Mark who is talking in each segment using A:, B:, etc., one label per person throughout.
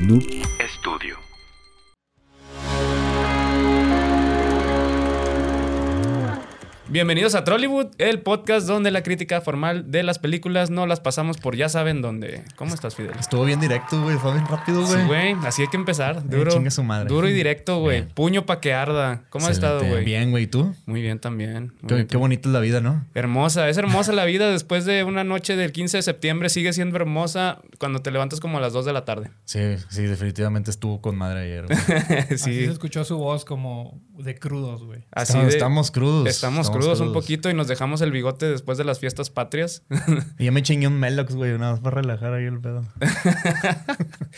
A: Noob
B: Estudio.
C: Bienvenidos a Trollywood, el podcast donde la crítica formal de las películas no las pasamos por ya saben dónde. ¿Cómo estás, Fidel?
D: Estuvo bien directo, güey. Fue bien rápido,
C: Sí,
D: güey. Eh,
C: güey, así hay que empezar. Duro,
D: chinga su madre.
C: duro y directo, güey.
D: Bien.
C: Puño pa' que arda. ¿Cómo has
D: Excelente.
C: estado, güey?
D: Bien, güey. ¿Y tú?
C: Muy bien también. muy
D: Qué,
C: bien
D: qué bonita es la vida, ¿no?
C: Hermosa, es hermosa la vida después de una noche del 15 de septiembre, sigue siendo hermosa cuando te levantas como a las 2 de la tarde.
D: Sí, sí, definitivamente estuvo con madre ayer, güey. Estamos-
E: Así
C: sí,
E: se escuchó su voz como de crudos, güey.
C: así
D: estamos,
C: de-
D: crudos.
C: estamos crudos un poquito y nos dejamos el bigote después de las fiestas patrias.
D: Y ya me chingué un Melox, güey, nada más para relajar ahí el pedo.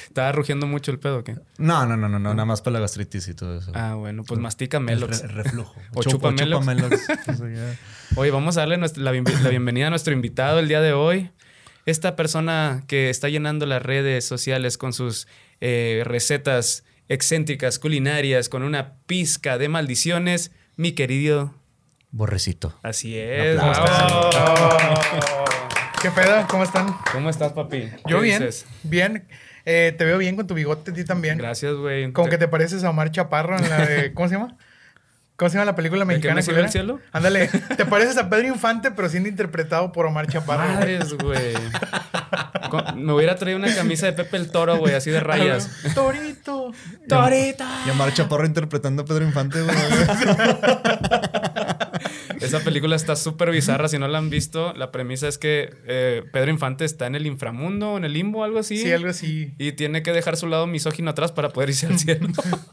C: Estaba rugiendo mucho el pedo, ¿o ¿qué?
D: No, no, no, no, no, nada más para la gastritis y todo eso.
C: Ah, bueno, pues mastica
D: El
C: Melox.
D: re- reflujo.
C: O
D: Chup-
C: chupa Melox.
D: Melox. Eso ya.
C: Oye, vamos a darle nuestra- la, bienve- la bienvenida a nuestro invitado el día de hoy. Esta persona que está llenando las redes sociales con sus eh, recetas excéntricas, culinarias, con una pizca de maldiciones, mi querido.
D: Borrecito.
C: Así es.
D: aplauso.
C: bravo.
F: ¿Qué pedo? ¿Cómo están?
C: ¿Cómo estás, papi?
F: Yo
C: ¿Qué
F: bien.
C: dices?
F: Bien. Eh, te veo bien con tu bigote, a ti también.
C: Gracias, güey.
F: Como que te pareces a Omar Chaparro en la de. ¿Cómo se llama? ¿Cómo se llama la película
C: que
F: mexicana?
C: me sube
F: era?
C: al cielo?
F: Ándale, te pareces a Pedro Infante, pero siendo interpretado por Omar Chaparro. güey.
C: Madres, güey. Con- Me hubiera traído una camisa de Pepe el Toro, güey, así de rayas.
F: Torito.
C: ¡Torita!
D: Y Omar Chaparro interpretando a Pedro Infante, güey.
C: Esa película está súper bizarra. Si no la han visto, la premisa es que eh, Pedro Infante está en el inframundo, en el limbo, algo así.
F: Sí, algo así.
C: Y tiene que dejar su lado misógino atrás para poder irse al cielo.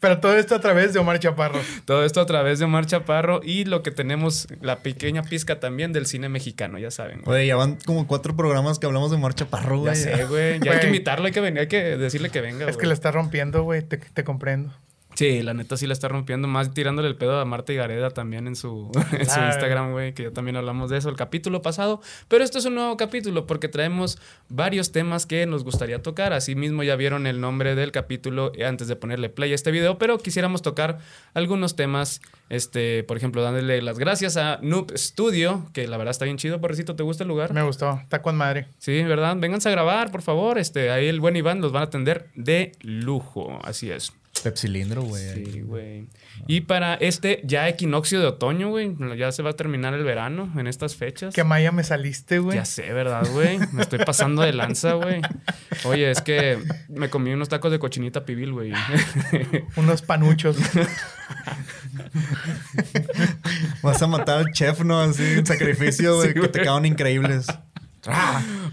F: Pero todo esto a través de Omar Chaparro.
C: Todo esto a través de Omar Chaparro y lo que tenemos, la pequeña pizca también del cine mexicano, ya saben.
F: Pues,
C: güey.
D: Güey, ya van como cuatro programas que hablamos de Omar Chaparro,
C: Ya
D: güey.
C: sé, güey. Ya hay que
F: Güey.
C: invitarlo, hay que venir, hay que decirle que venga.
F: Es que
C: güey.
F: la está rompiendo, güey. Te, te comprendo.
C: Sí, la neta sí la está rompiendo. Más tirándole el pedo a Marta y Gareda también en su, en su
F: Claro.
C: Instagram, güey, que ya también hablamos de eso el capítulo pasado. Pero esto es un nuevo capítulo porque traemos varios temas que nos gustaría tocar. Asimismo, ya vieron el nombre del capítulo eh, antes de ponerle play a este video, pero quisiéramos tocar algunos temas. Este, por ejemplo, dándole las gracias a Noob Studio, que la verdad está bien chido, porrecito. ¿Te gusta el lugar?
F: Me gustó. Está con madre.
C: Sí, ¿verdad? Vénganse a grabar, por favor. Este, ahí el buen Iván los van a atender de lujo. Así es.
D: Pepsilindro, güey.
C: Sí, güey. Y para este ya equinoccio de otoño, güey, ya se va a terminar el verano en estas fechas.
F: Que Maya me saliste, güey.
C: Pues ya sé, ¿verdad, güey? Me estoy pasando de lanza, güey. Oye, es que me comí unos tacos de cochinita pibil, güey.
F: Unos panuchos.
D: Vas a matar al chef, ¿no? Así, en sacrificio, güey,
C: Sí,
D: que
C: güey.
D: te quedaron increíbles.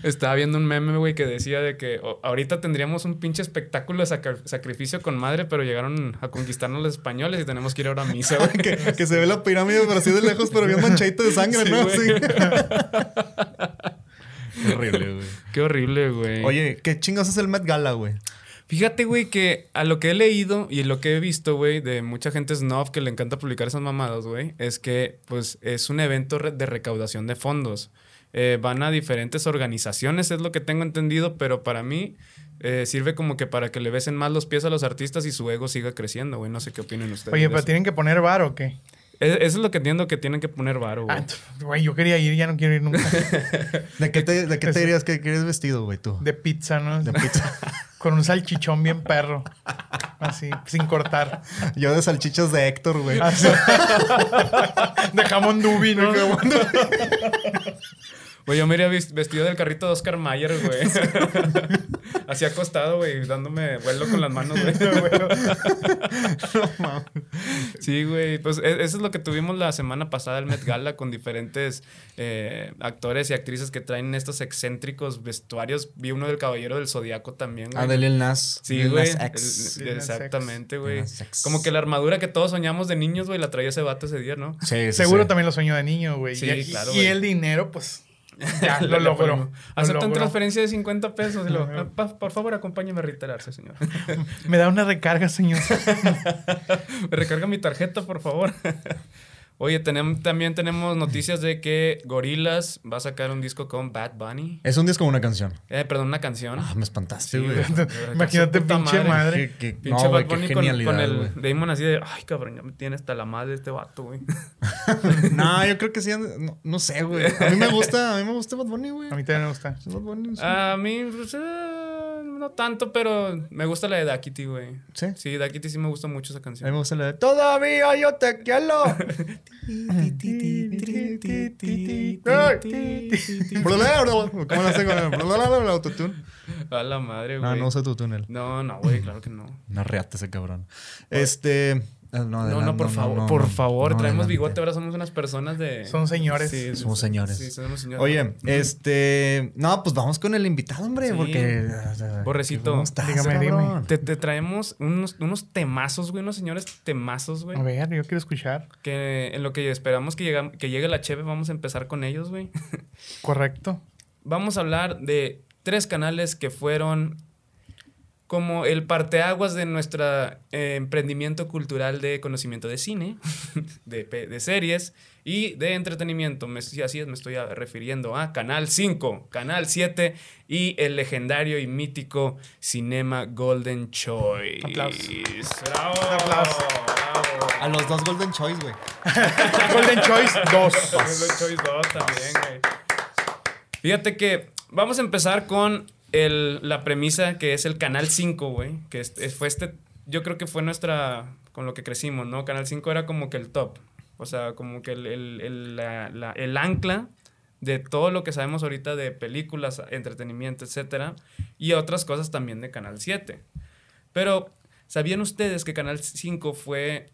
C: Estaba viendo un meme, güey, que decía de que o- ahorita tendríamos un pinche espectáculo de saca- sacrificio con madre, pero llegaron a conquistarnos los españoles y tenemos que ir ahora a misa, güey.
D: que, que se ve la pirámide, pero así de lejos, pero bien manchadito de sangre,
C: Sí,
D: ¿no?
C: güey.
D: Sí. Horrible, güey.
C: Qué horrible, güey.
D: Oye, ¿qué chingos es el Met Gala, güey?
C: Fíjate, güey, que a lo que he leído y lo que he visto, güey, de mucha gente snob que le encanta publicar esas mamadas, güey, es que, pues, es un evento re- de recaudación de fondos. Eh, van a diferentes organizaciones, es lo que tengo entendido, pero para mí eh, sirve como que para que le besen más los pies a los artistas y su ego siga creciendo, güey. No sé qué opinan ustedes.
F: Oye,
C: de
F: pero
C: eso.
F: tienen que poner bar o qué?
C: Es- eso es lo que entiendo que tienen que poner varo, güey.
F: Ah, t- Güey, yo quería ir, ya no quiero ir nunca.
D: ¿De qué te, de qué te dirías que quieres vestido, güey, tú?
F: De pizza, ¿no?
D: De pizza.
F: Con un salchichón bien perro. Así, sin cortar.
D: Yo de salchichas de Héctor, güey.
F: Así. De jamón dubi, ¿no?
C: Güey, yo me iría vis- vestido del carrito de Oscar Mayer, güey. Así acostado, güey, dándome vuelo con las manos, güey. Sí, güey. Pues e- eso es lo que tuvimos la semana pasada, el Met Gala, con diferentes eh, actores y actrices que traen estos excéntricos vestuarios. Vi uno del Caballero del Zodiaco también, güey.
D: Ah, de Lil Nas.
C: Sí,
D: Lil
C: güey.
D: Nas
C: El-
D: X.
F: Lil Nas X.
C: Exactamente,
D: Lil
C: güey.
D: Nas X.
C: Como que la armadura que todos soñamos de niños, güey, la traía ese vato ese día, ¿no?
D: Sí, sí,
F: Seguro
D: sí.
F: también lo sueño de niño, güey.
C: Sí,
F: y,
C: claro,
F: y
C: güey.
F: el dinero, pues, ya,
C: Le-
F: lo
C: le
F: logró.
C: ponemos,
F: Lo
C: Aceptan
F: logró.
C: transferencia de 50 pesos. y luego, "Ah, pa- por favor, acompáñame a reiterarse, señor.
F: Me da una recarga, señor.
C: Me recarga mi tarjeta, por favor. Oye, tenem- también tenemos noticias de que Gorilas va a sacar un disco con Bad Bunny.
D: Es un disco o una canción.
C: Eh, perdón, una canción.
D: Ah, me espantaste,
C: Sí,
D: güey.
C: güey.
F: Imagínate,
C: Puta
F: pinche
C: madre.
F: madre.
D: Qué- qué-
C: Pinche Bad
D: no, güey, qué
C: Bunny con- con,
D: genialidad, güey.
C: el Damon así de, ay, cabrón, ya me tiene hasta la madre este vato, güey.
D: No, yo creo que sí. No, no sé, güey. A mí me gusta, a mí me gusta Bad Bunny, güey.
C: Ah.
F: A mí también me gusta.
D: Bad Bunny, sí.
C: a mí, pues, eh, no tanto, pero me gusta la de Dakiti, güey.
D: ¿Sí? A
C: Sí, Dakiti sí me gusta mucho esa canción.
D: mí me gusta la de
F: Todavía yo te quiero.
D: ¿Cómo lo hace con el el autotune?
C: A la madre, güey.
D: No, no usa autotune él.
C: No, no, güey, claro que no.
D: Una reata ese cabrón. Este. ah, No,
C: No,
D: adelante,
C: no, por favor,
D: no,
C: por
D: no,
C: favor,
D: no,
C: traemos
D: adelante.
C: bigote, ahora somos unas personas de...
F: Son señores.
C: Sí,
D: Somos
C: sí,
D: señores.
C: Sí, somos señores.
D: Oye, este. No, pues vamos con el invitado, hombre,
C: Sí.
D: porque. ah,
C: Borrecito,
D: ¿cómo estás,
F: dígame, dime.
D: cabrón?
C: Te, te traemos unos, unos temazos, güey, unos señores temazos, güey.
F: A ver, yo quiero escuchar.
C: Que en lo que esperamos que, llegam- que llegue la cheve, vamos a empezar con ellos, güey.
F: Correcto.
C: Vamos a hablar de tres canales que fueron como el parteaguas de nuestro emprendimiento cultural de conocimiento de cine, de, pe- de series y de entretenimiento. Me, sí, así es, me estoy a- refiriendo a Canal 5, Canal 7 y el legendario y mítico Cinema Golden Choice.
F: Aplausos.
C: ¡Bravo!
F: Un aplauso.
C: ¡Bravo!
D: A los dos Golden Choice, güey.
F: Golden Choice 2.
C: Golden Choice 2 también, güey. Fíjate que vamos a empezar con el- la premisa que es el Canal 5, güey. Que es- es- fue este. Yo creo que fue nuestra. Con lo que crecimos, ¿no? Canal 5 era como que el top. O sea, como que el, el- el- la- la- el ancla de todo lo que sabemos ahorita de películas, entretenimiento, etcétera. Y otras cosas también de Canal 7. Pero, ¿sabían ustedes que Canal 5 fue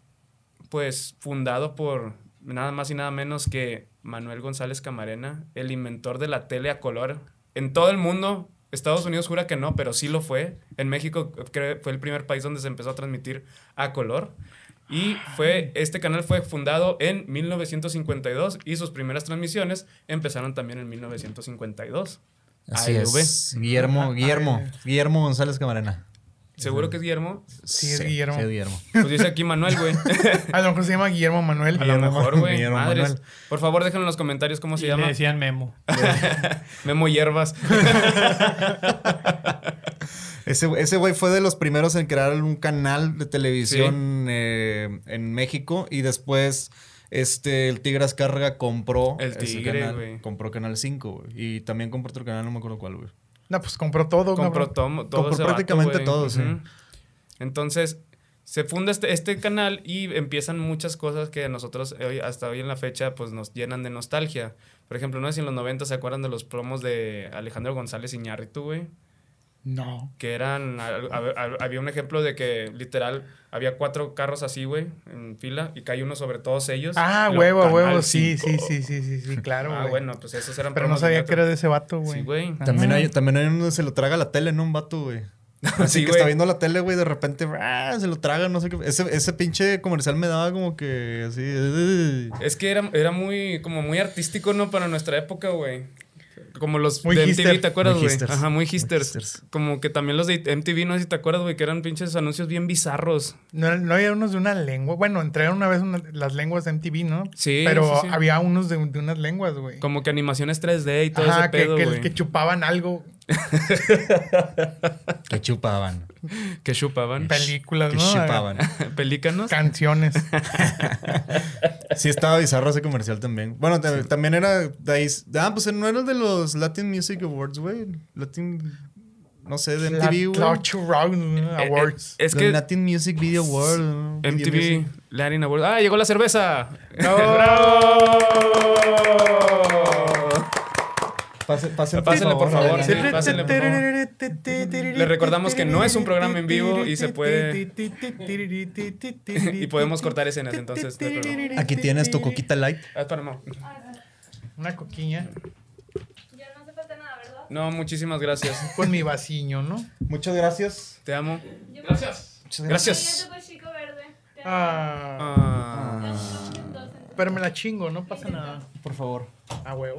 C: pues fundado por nada más y nada menos que Manuel González Camarena, el inventor de la tele a color en todo el mundo. Estados Unidos jura que no, pero sí lo fue. En México creo, fue el primer país donde se empezó a transmitir a color. Y fue, este canal fue fundado en 1952 y sus primeras transmisiones empezaron también en 1952.
D: Así
C: ALV.
D: es.
F: Ah,
D: Guillermo, Guillermo, Guillermo González Camarena.
C: ¿Seguro que es Guillermo?
F: Sí, es Guillermo.
D: Sí, es Guillermo.
C: Pues dice aquí Manuel, güey.
F: A lo mejor se llama Guillermo Manuel.
C: A lo mejor, güey.
D: Guillermo
C: Madres.
D: Manuel.
C: Por favor, déjenlo en los comentarios cómo se
E: Y
C: llama.
E: le decían Memo.
C: Memo Hierbas.
D: Ese, ese güey fue de los primeros en crear un canal de televisión eh, en México y después este, el Tigre Azcárraga compró
C: El
D: ese
C: Tigre,
D: canal,
C: güey.
D: compró Canal 5 güey, y también compró otro canal, no me acuerdo cuál, güey.
F: No, pues compró todo.
C: compró
F: cabrón.
C: tomo- todo
D: Compró
C: ese vato,
D: prácticamente
C: güey.
D: todo, sí.
C: Ujú. Entonces, se funda este, este canal y empiezan muchas cosas que a nosotros hoy, hasta hoy en la fecha pues nos llenan de nostalgia. Por ejemplo, no sé si en los 90 se acuerdan de los promos de Alejandro González Iñárritu, güey.
F: No.
C: Que eran. al- hab- hab- Había un ejemplo de que literal había cuatro carros así, güey, en fila y cae uno sobre todos ellos.
F: Ah,
C: y pues, lo-
F: huevo,
C: Canal
F: huevo. Sí,
C: cinco.
F: sí, sí, sí, sí, sí, claro,
C: Ah,
F: güey.
C: bueno, pues esos eran
F: Pero no
C: promos de
F: sabía que era
C: Iñárritu.
F: de ese vato, güey.
C: Sí, güey.
F: Ajá.
D: También hay, también hay uno que se lo traga la tele, ¿no? Un vato, güey. Así
C: Sí,
D: que
C: güey.
D: está viendo la tele, güey, de repente ah, se lo traga, no sé qué. Ese, ese pinche comercial me daba como que así. "Ugh".
C: Es que era, era muy, como muy artístico, ¿no? Para nuestra época, güey. Como los
F: Muy
C: de MTV,
F: hipster.
C: ¿te acuerdas,
D: Muy
C: güey?
D: hipsters.
C: Ajá, muy
D: Muy
C: hipsters.
D: hipsters.
C: Como que también los de MTV, no sé si te acuerdas, güey, que eran pinches anuncios bien bizarros.
F: No, no había unos de una lengua. Bueno, entraron una vez una- las lenguas de MTV, ¿no?
C: Sí,
F: Pero
C: sí, sí.
F: había unos de, de unas lenguas, güey.
C: Como que animaciones 3D y todo
F: Ajá,
C: ese
F: que,
C: pedo,
F: que-
C: güey.
F: que
C: Que,
F: chupaban algo.
D: Que chupaban.
C: chupaban.
F: Películas,
D: Que
F: ¿no?
D: chupaban.
C: Pelícanos.
F: Canciones.
D: Sí, estaba bizarro ese comercial también. Bueno, ta- también era de ahí. Ah, pues no era de los Latin Music Awards, güey. Latin. No sé, de
F: La-
D: MTV, güey.
F: Crouch Round ¿no?
C: Eh, eh,
F: Awards.
C: es
D: Los
C: que
D: Latin Music Video Awards. ¿no? Video
C: MTV,
D: Music.
C: Latin Award. ¡Ah, llegó la cerveza!
D: Pase- pasen,
C: Pásenle, por favor,
D: adelante.
C: sí, pásenle, por Le recordamos que no es un programa en vivo eh, oh, y se puede- Y podemos cortar escenas, entonces, no hay problema.
D: Aquí tienes tu coquita light.
C: Ah, espera, no.
F: Una coquilla
A: Ya no hace falta nada, ¿verdad?
C: No, muchísimas gracias.
F: con mi vasiño, ¿no?
D: Muchas gracias.
C: Te amo.
A: Yo me-
C: Gracias.
D: Muchas
A: Yo
C: Gracias.
A: ya tuve chico verde. Te amo.
F: Ah,
C: Ah.
A: Ya tuve dos, entonces.
F: pero me la chingo, no pasa nada.
D: Por favor.
F: A huevo.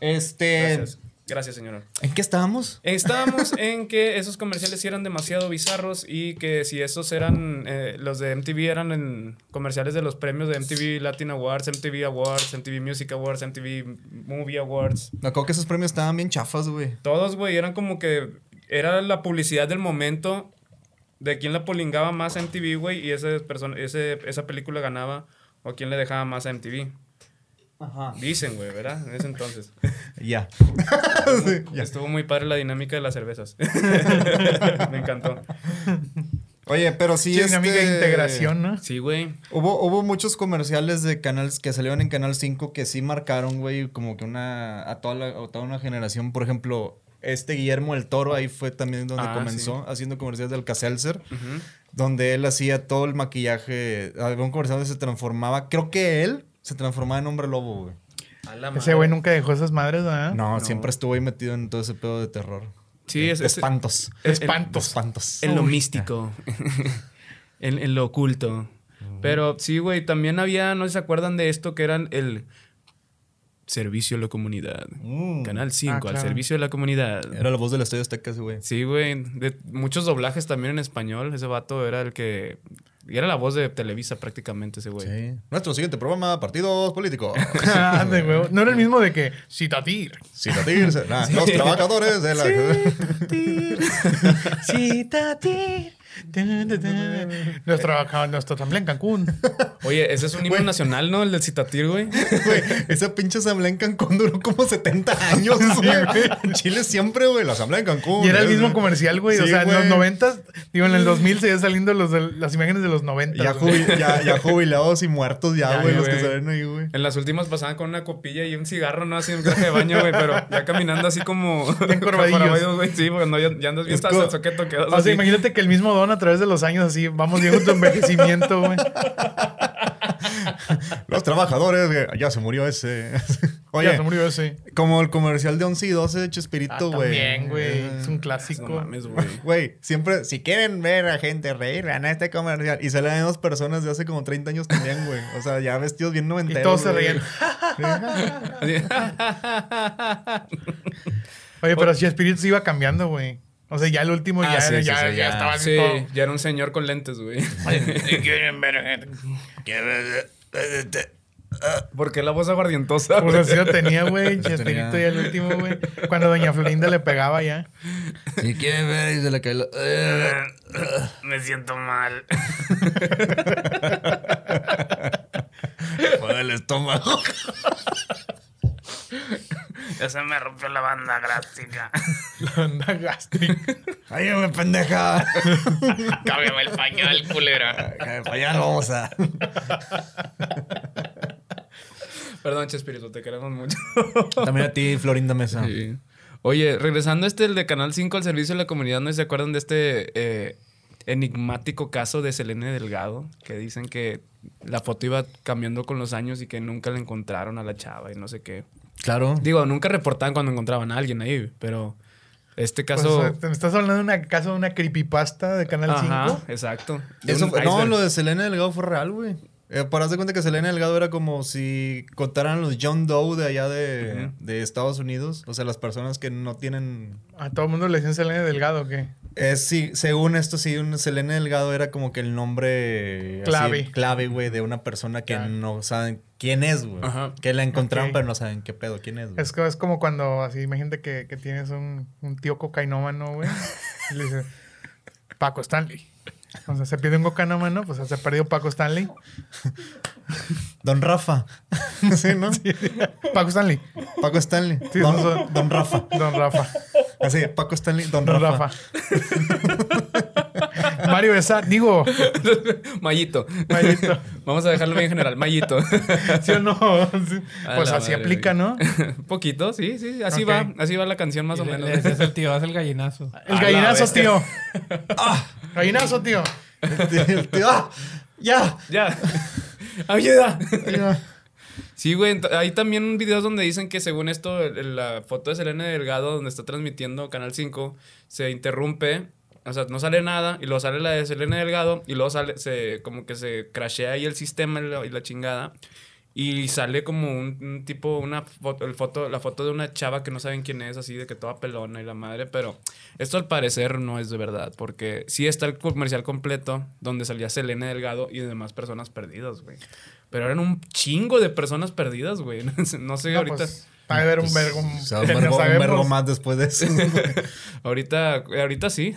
D: Este.
C: Gracias. Gracias, señora.
D: ¿En qué estábamos?
C: Estábamos en que esos comerciales sí eran demasiado bizarros y que si esos eran, eh, los de MTV eran en comerciales de los premios de MTV Latin Awards, MTV Awards, MTV Music Awards, MTV Movie Awards.
D: Me acuerdo que esos premios estaban bien chafas, güey.
C: Todos, güey, eran como que era la publicidad del momento de quién la polingaba más a MTV, güey, y esa, persona, ese, esa película ganaba o quién le dejaba más a MTV.
D: Ajá.
C: Dicen, güey, ¿verdad? En ese entonces.
D: Ya. Sí, ya.
C: Estuvo muy padre la dinámica de las cervezas. Me encantó.
D: Oye, pero sí.
F: Sí, dinámica de
D: este,
F: integración, ¿no?
C: Sí, güey.
D: Hubo, hubo muchos comerciales de canales que salieron en Canal 5 que sí marcaron, güey, como que una. a toda, la- a toda una generación. Por ejemplo, este Guillermo el Toro, ahí fue también donde
C: Ah,
D: comenzó haciendo comerciales del Alcacelser,
C: Ujú.
D: donde él hacía todo el maquillaje. Había un comercial donde se transformaba. Creo que él se transformaba en hombre lobo, güey.
C: A la
F: Ese
C: madre.
F: güey nunca dejó esas madres, ¿verdad?
D: No,
C: Ah, No.
D: siempre estuvo ahí metido en todo ese pedo de terror.
C: Sí, es,
D: De
C: es-
D: espantos.
C: es-
D: De
F: Espantos.
D: espantos.
C: en lo místico. en, en lo oculto. Pero sí, güey, también había, no sé si se acuerdan de esto, que eran el servicio a la comunidad.
D: Mm.
C: Canal 5,
F: Ah,
C: al
F: claro.
C: servicio de la comunidad.
D: Era la voz del Estadio Azteca ese güey.
C: Sí, güey, de muchos doblajes también en español. Ese vato era el que... y Era la voz de Televisa prácticamente ese güey.
D: Sí. Nuestro siguiente programa, partidos políticos.
F: Ah, de huevo. No era el mismo de que Citatir.
D: Sin latirse. Nah, Los trabajadores de la...
F: Citatir. Nos trabajaban, nos también en Cancún.
C: Oye, ese es un himno
D: Güey.
C: nacional, ¿no? El del Citatir, güey.
D: Güey, esa pinche asamblea en Cancún duró como 70 años, güey. En Chile siempre, güey, la asamblea en Cancún.
F: Y era el
D: güey.
F: mismo comercial, güey. o
D: Oh, Sí,
F: sea, en los
D: güey.
F: 90, digo, en el 2000 se iban saliendo los de- las imágenes de los 90.
D: Ya, jubi- ya- ya jubilados y muertos ya,
C: Ya,
D: güey,
C: ya,
D: los que
C: güey.
D: salen ahí, güey.
C: En las últimas pasaban con una copilla y un cigarro, ¿no? Así en un traje de baño, güey, pero ya caminando así como...
F: encorvadillos.
C: encorvadillos, güey. Sí, porque no, ya, ya andas bien
D: Es
C: hasta
D: como-
C: el soqueto quedas
F: O sea,
C: así.
F: imagínate que el mismo Don a través de los años así, vamos viendo tu envejecimiento, güey.
D: Los trabajadores, güey, ya se murió ese. Oye,
F: Ya se murió ese.
D: como el comercial de 11 y 12 de Chespirito, güey.
F: También, güey. Es un clásico.
C: No mames, güey.
D: Güey, siempre, si quieren ver a gente reír, vean a este comercial. Y salen dos personas de hace como 30 años también, güey. O sea, ya vestidos bien
F: y
D: noventeros.
F: todos se
D: güey.
F: reían.
C: Así.
F: Oye, pero si Espíritu se iba cambiando, güey. O sea, ya el último
C: Ah,
F: ya,
C: sí,
F: era-
C: sí,
F: ya,
C: sí,
F: ya,
C: ya.
F: estaba así
C: Sí,
F: todo.
C: ya era un señor con lentes, güey.
D: eh,
C: ¿Por qué la voz aguardientosa?
F: Pues
C: güey?
F: así lo tenía, güey.
D: tenía.
F: Chespirito ya el último, güey. Cuando Doña Florinda le pegaba ya.
D: Si quieren ver, y se le cae la- "Eh".
C: Me siento mal.
D: Por el estómago.
C: Ya se me rompió la banda gráfica.
F: La onda gástrica.
D: Ayúdame, pendeja.
E: Cámbiame el pañal, culera.
D: Para allá lo vamos a.
C: Perdón, Chespirito, te queremos mucho.
D: También a ti, Florinda
F: Ah.
D: Mesa.
C: Sí. Oye, regresando a este, el de Canal 5, al servicio de la comunidad, ¿no se acuerdan de este eh, enigmático caso de Selene Delgado? Que dicen que la foto iba cambiando con los años y que nunca la encontraron a la chava y no sé qué.
D: Claro.
C: Digo, nunca reportaban cuando encontraban a alguien ahí, pero este caso...
F: Pues, ¿Me estás hablando de un caso de una creepypasta de Canal
C: Ajá,
F: 5?
C: exacto. De
D: Eso
C: un
D: fue- no,
C: iceberg.
D: lo de Selena Delgado fue real, güey. Eh, para darse cuenta que Selena Delgado era como si contaran los John Doe de allá de,
C: Ujú.
D: de Estados Unidos. O sea, las personas que no tienen
F: A todo el mundo le decían Selena Delgado, ¿o ¿qué?
D: Es, sí, según esto, sí, un Selene Delgado era como que el nombre así,
F: Clave.
D: clave, güey, de una persona que
F: Ya.
D: no saben quién es, güey.
C: Ajá.
D: Que la encontraron,
F: Ok.
D: pero no saben qué pedo, quién es, güey.
F: Es, que- es como cuando, así, imagínate que, que tienes un, un tío cocainómano, güey. Y le dices, Paco Stanley. O sea, se pierde un cocainómano, pues se ha perdido Paco Stanley.
D: Don Rafa. sí, ¿no?
F: Paco Stanley.
D: Paco Stanley.
F: Sí,
D: don,
F: no sé.
D: Don Rafa.
F: Don Rafa.
D: Así, Paco Stanley, Don,
F: Don
D: Rafa.
F: Rafa. Mario Besat, digo,
C: Mayito.
F: Mayito.
C: Vamos a dejarlo bien general. Mayito.
F: ¿sí o no? Sí.
C: A
F: Pues
C: la
F: así
C: madre,
F: aplica,
C: güey.
F: ¿no?
C: Poquito, sí, sí. Así
F: Ok.
C: va. Así va la canción más o menos.
E: Es el tío, haz el gallinazo.
F: El
D: A la
F: gallinazo,
D: bestia.
F: tío.
C: Ah.
F: Gallinazo, tío.
D: El tío- el tío- ¡ah! ¡Ya!
C: ya. Ayuda.
D: Ya.
C: Sí, güey. ent- Hay también videos donde dicen que según esto, el- el- la foto de Selena Delgado, donde está transmitiendo Canal 5, se interrumpe. O sea, no sale nada y luego sale la de Selena Delgado y luego sale, se, como que se crashea ahí el sistema y la, y la chingada. Y sale como un, un tipo, una foto, el foto, la foto de una chava que no saben quién es, así de que toda pelona y la madre, pero esto al parecer no es de verdad, porque sí está el comercial completo donde salía Selena Delgado y demás personas perdidas, güey. Pero eran un chingo de personas perdidas, güey. No sé,
F: No,
C: ahorita,
F: pues, va a haber un
D: Pues,
F: vergo.
D: o sea,
F: ya
D: un vergo, un
F: sabemos.
D: vergo más después de eso.
C: ahorita, ahorita sí.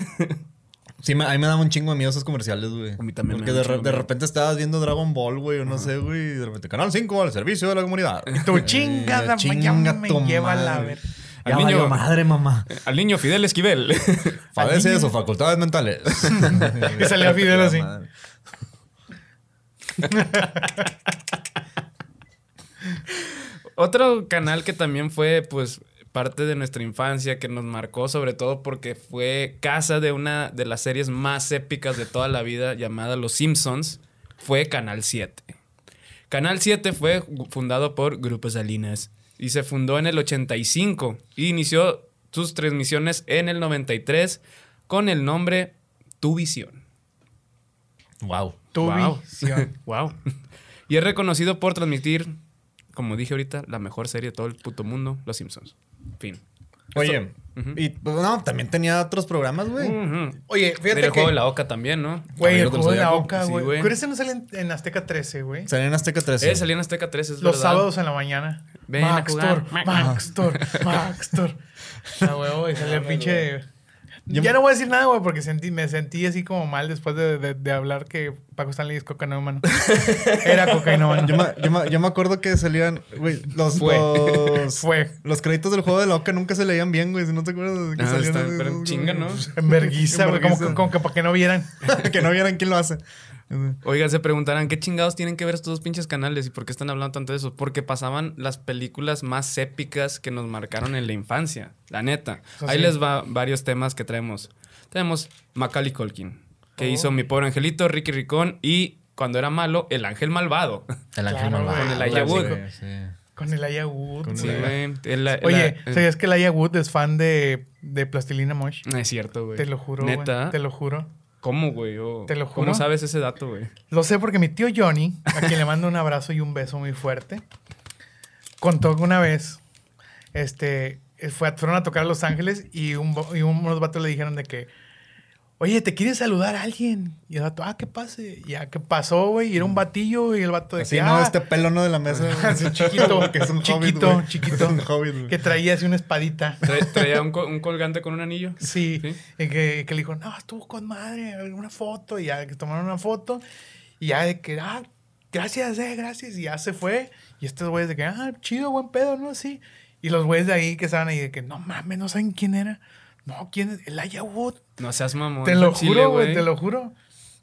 D: Sí, me- a mí me daban un chingo de miedo esos comerciales, güey.
C: A mí también me da
D: Porque de,
C: un
D: re-
C: chingo
D: de
C: miedo.
D: repente estabas viendo Dragon Ball, güey, o no sé, güey, y de repente, Canal 5 al servicio de la comunidad. Eh,
F: Y tu chingada,
D: chinga
F: mañana me
D: tu
F: lleva la
D: madre.
F: ver.
C: Al niño-
D: valió madre, mamá.
C: Al niño Fidel Esquivel.
D: Fallece de sus facultades mentales.
F: Y salía Fidel así.
D: La madre.
C: Otro canal que también fue, pues, parte de nuestra infancia, que nos marcó, sobre todo porque fue casa de una de las series más épicas de toda la vida, llamada Los Simpsons, fue Canal 7. Canal 7 fue gu- fundado por Grupo Salinas y se fundó en el 85 y inició sus transmisiones en el 93 con el nombre Tu Visión.
D: Wow.
F: Tu
C: Wow.
F: visión.
C: Wow. Y es reconocido por transmitir, como dije ahorita, la mejor serie de todo el puto mundo, Los Simpsons. Fin.
D: Oye, y pues, no, también tenía otros programas, güey.
C: Ujú.
F: Oye,
C: Era
F: fíjate
C: el juego de
F: que...
C: la Oca también, ¿no?
F: Güey,
D: Caballero
F: el
D: del
F: juego de la
D: Zodiaco.
F: Oca,
C: Sí,
F: güey.
C: güey.
F: Pero ese no sale en, en Azteca 13, güey.
D: Salía en Azteca 13.
C: Eh, salía en Azteca 3, es
F: Los
C: verdad.
F: sábados en la mañana.
C: Ven a
F: Maxtor,
C: jugar.
F: Maxtor, Maxtor. La huevo, y sale el pinche.
D: Yo-
F: Ya no voy a decir nada, güey, porque sentí, me sentí así como mal después de, de- de hablar que Paco Stanley es cocainómano. Era cocainómano.
D: Yo me, yo, me, yo me acuerdo que salían, güey, los,
C: Fue.
D: los,
F: Fue.
D: los créditos del juego de la Oca nunca se leían bien, güey. Si no te acuerdas de que
C: Ah,
D: salían.
C: está-
D: así,
C: pero
D: esos-
C: chinga, ¿no?
F: En verguiza,
D: En
F: güey. Como,
D: verguiza.
F: que- como que para que no vieran.
D: que no vieran quién lo hace.
C: Oigan, se preguntarán qué chingados tienen que ver estos dos pinches canales y por qué están hablando tanto de eso. Porque pasaban las películas más épicas que nos marcaron en la infancia, la neta.
F: Eso
C: Ahí
F: sí.
C: les va varios temas que traemos. Tenemos Macaulay Culkin,
F: Oh.
C: que hizo Mi Pobre Angelito, Ricky Ricón y, cuando era malo, El Ángel Malvado.
D: El
F: Ángel Claro, Malvado.
C: güey. Con el Elijah Wood.
F: Con el Aya Wood.
D: Con
C: Sí,
F: güey.
C: güey. El- la-
F: Oye,
C: la-
F: ¿sabías que el Aya Wood es fan de, de Plastilina Mosh?
C: No es cierto, Mm, güey.
F: Te lo juro, güey.
C: ¿Neta?
F: Te lo juro.
C: ¿Cómo, güey? Oh,
F: Te lo
C: ¿Cómo
F: juro.
C: sabes ese dato, güey?
F: Lo sé porque mi tío Johnny, a quien le mando un abrazo y un beso muy fuerte, contó que una vez este, fue a- fueron a tocar a Los Ángeles y, un, bo- y unos vatos le dijeron de que, oye, ¿te quieres saludar a alguien? Y el vato, ah, que pase. Y ya, ¿qué pasó, güey? Y era un batillo y el vato de
D: Así,
F: que,
D: no,
F: "Ah",
D: este pelo no de la mesa.
F: Así chiquito,
D: que es un
F: chiquito,
D: hobbit, güey.
F: chiquito.
D: Es un hobbit, güey.
F: que traía así una espadita.
C: Tra- traía un, co- un colgante con un anillo.
F: Sí,
C: Sí.
F: y que, que le dijo, no, estuvo con madre, una foto, y ya que tomaron una foto, y ya de que, ah, gracias, eh, gracias, y ya se fue, y estos güeyes de que, ah, chido, buen pedo, ¿no? Sí, y los güeyes de ahí que estaban ahí de que, no mames, no saben quién era, no, quién es, el Ayahuasca,
C: No seas mamón.
F: te lo
C: Chile,
F: juro, güey, te lo juro.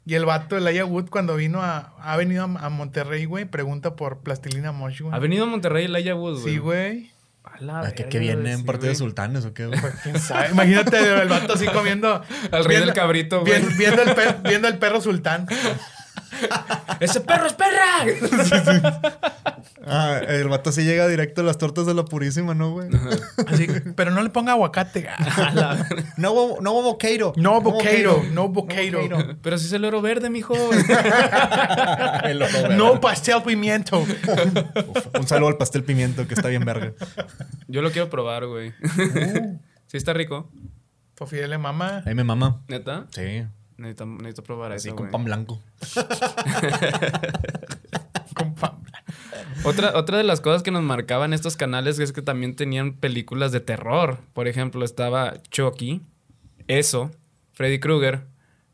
F: Y el vato, el Elijah Wood, cuando vino a, ha venido a, a Monterrey, güey, pregunta por Plastilina Mosh,
C: Ha
F: güey.
C: venido a Monterrey el Aya Wood, güey.
F: Sí, güey.
C: A la
D: Ah, que,
C: verga,
D: que viene
C: güey,
D: en
C: sí,
D: partido de
C: güey.
D: sultanes o qué, güey.
F: Pues, ¿Quién sabe? Imagínate el vato así comiendo.
C: Al rey del cabrito, güey.
F: Viendo, viendo el per- viendo el perro sultán.
C: ¡Ese perro es perra!
D: Ah, el vato sí llega directo a las tortas de la purísima, ¿no, güey?
F: Así, pero no le ponga aguacate.
D: No huevo, no huevo queiro.
F: No boqueiro. No boqueiro.
C: Pero si es el oro verde, mijo.
D: El ojo verde.
F: No pastel pimiento.
D: Uf, Un saludo al pastel pimiento, que está bien verga.
C: Yo lo quiero probar, güey.
F: Uh.
C: Sí está rico.
F: Sofía le Pues, mamá.
D: Ahí me mama.
C: ¿Neta?
D: Sí.
C: Necesito, necesito probar
D: Así
C: eso,
D: con
C: güey.
D: pan blanco.
F: Con pan.
C: Otra, otra de las cosas que nos marcaban estos canales es que también tenían películas de terror. Por ejemplo, estaba Chucky, Eso, Freddy Krueger.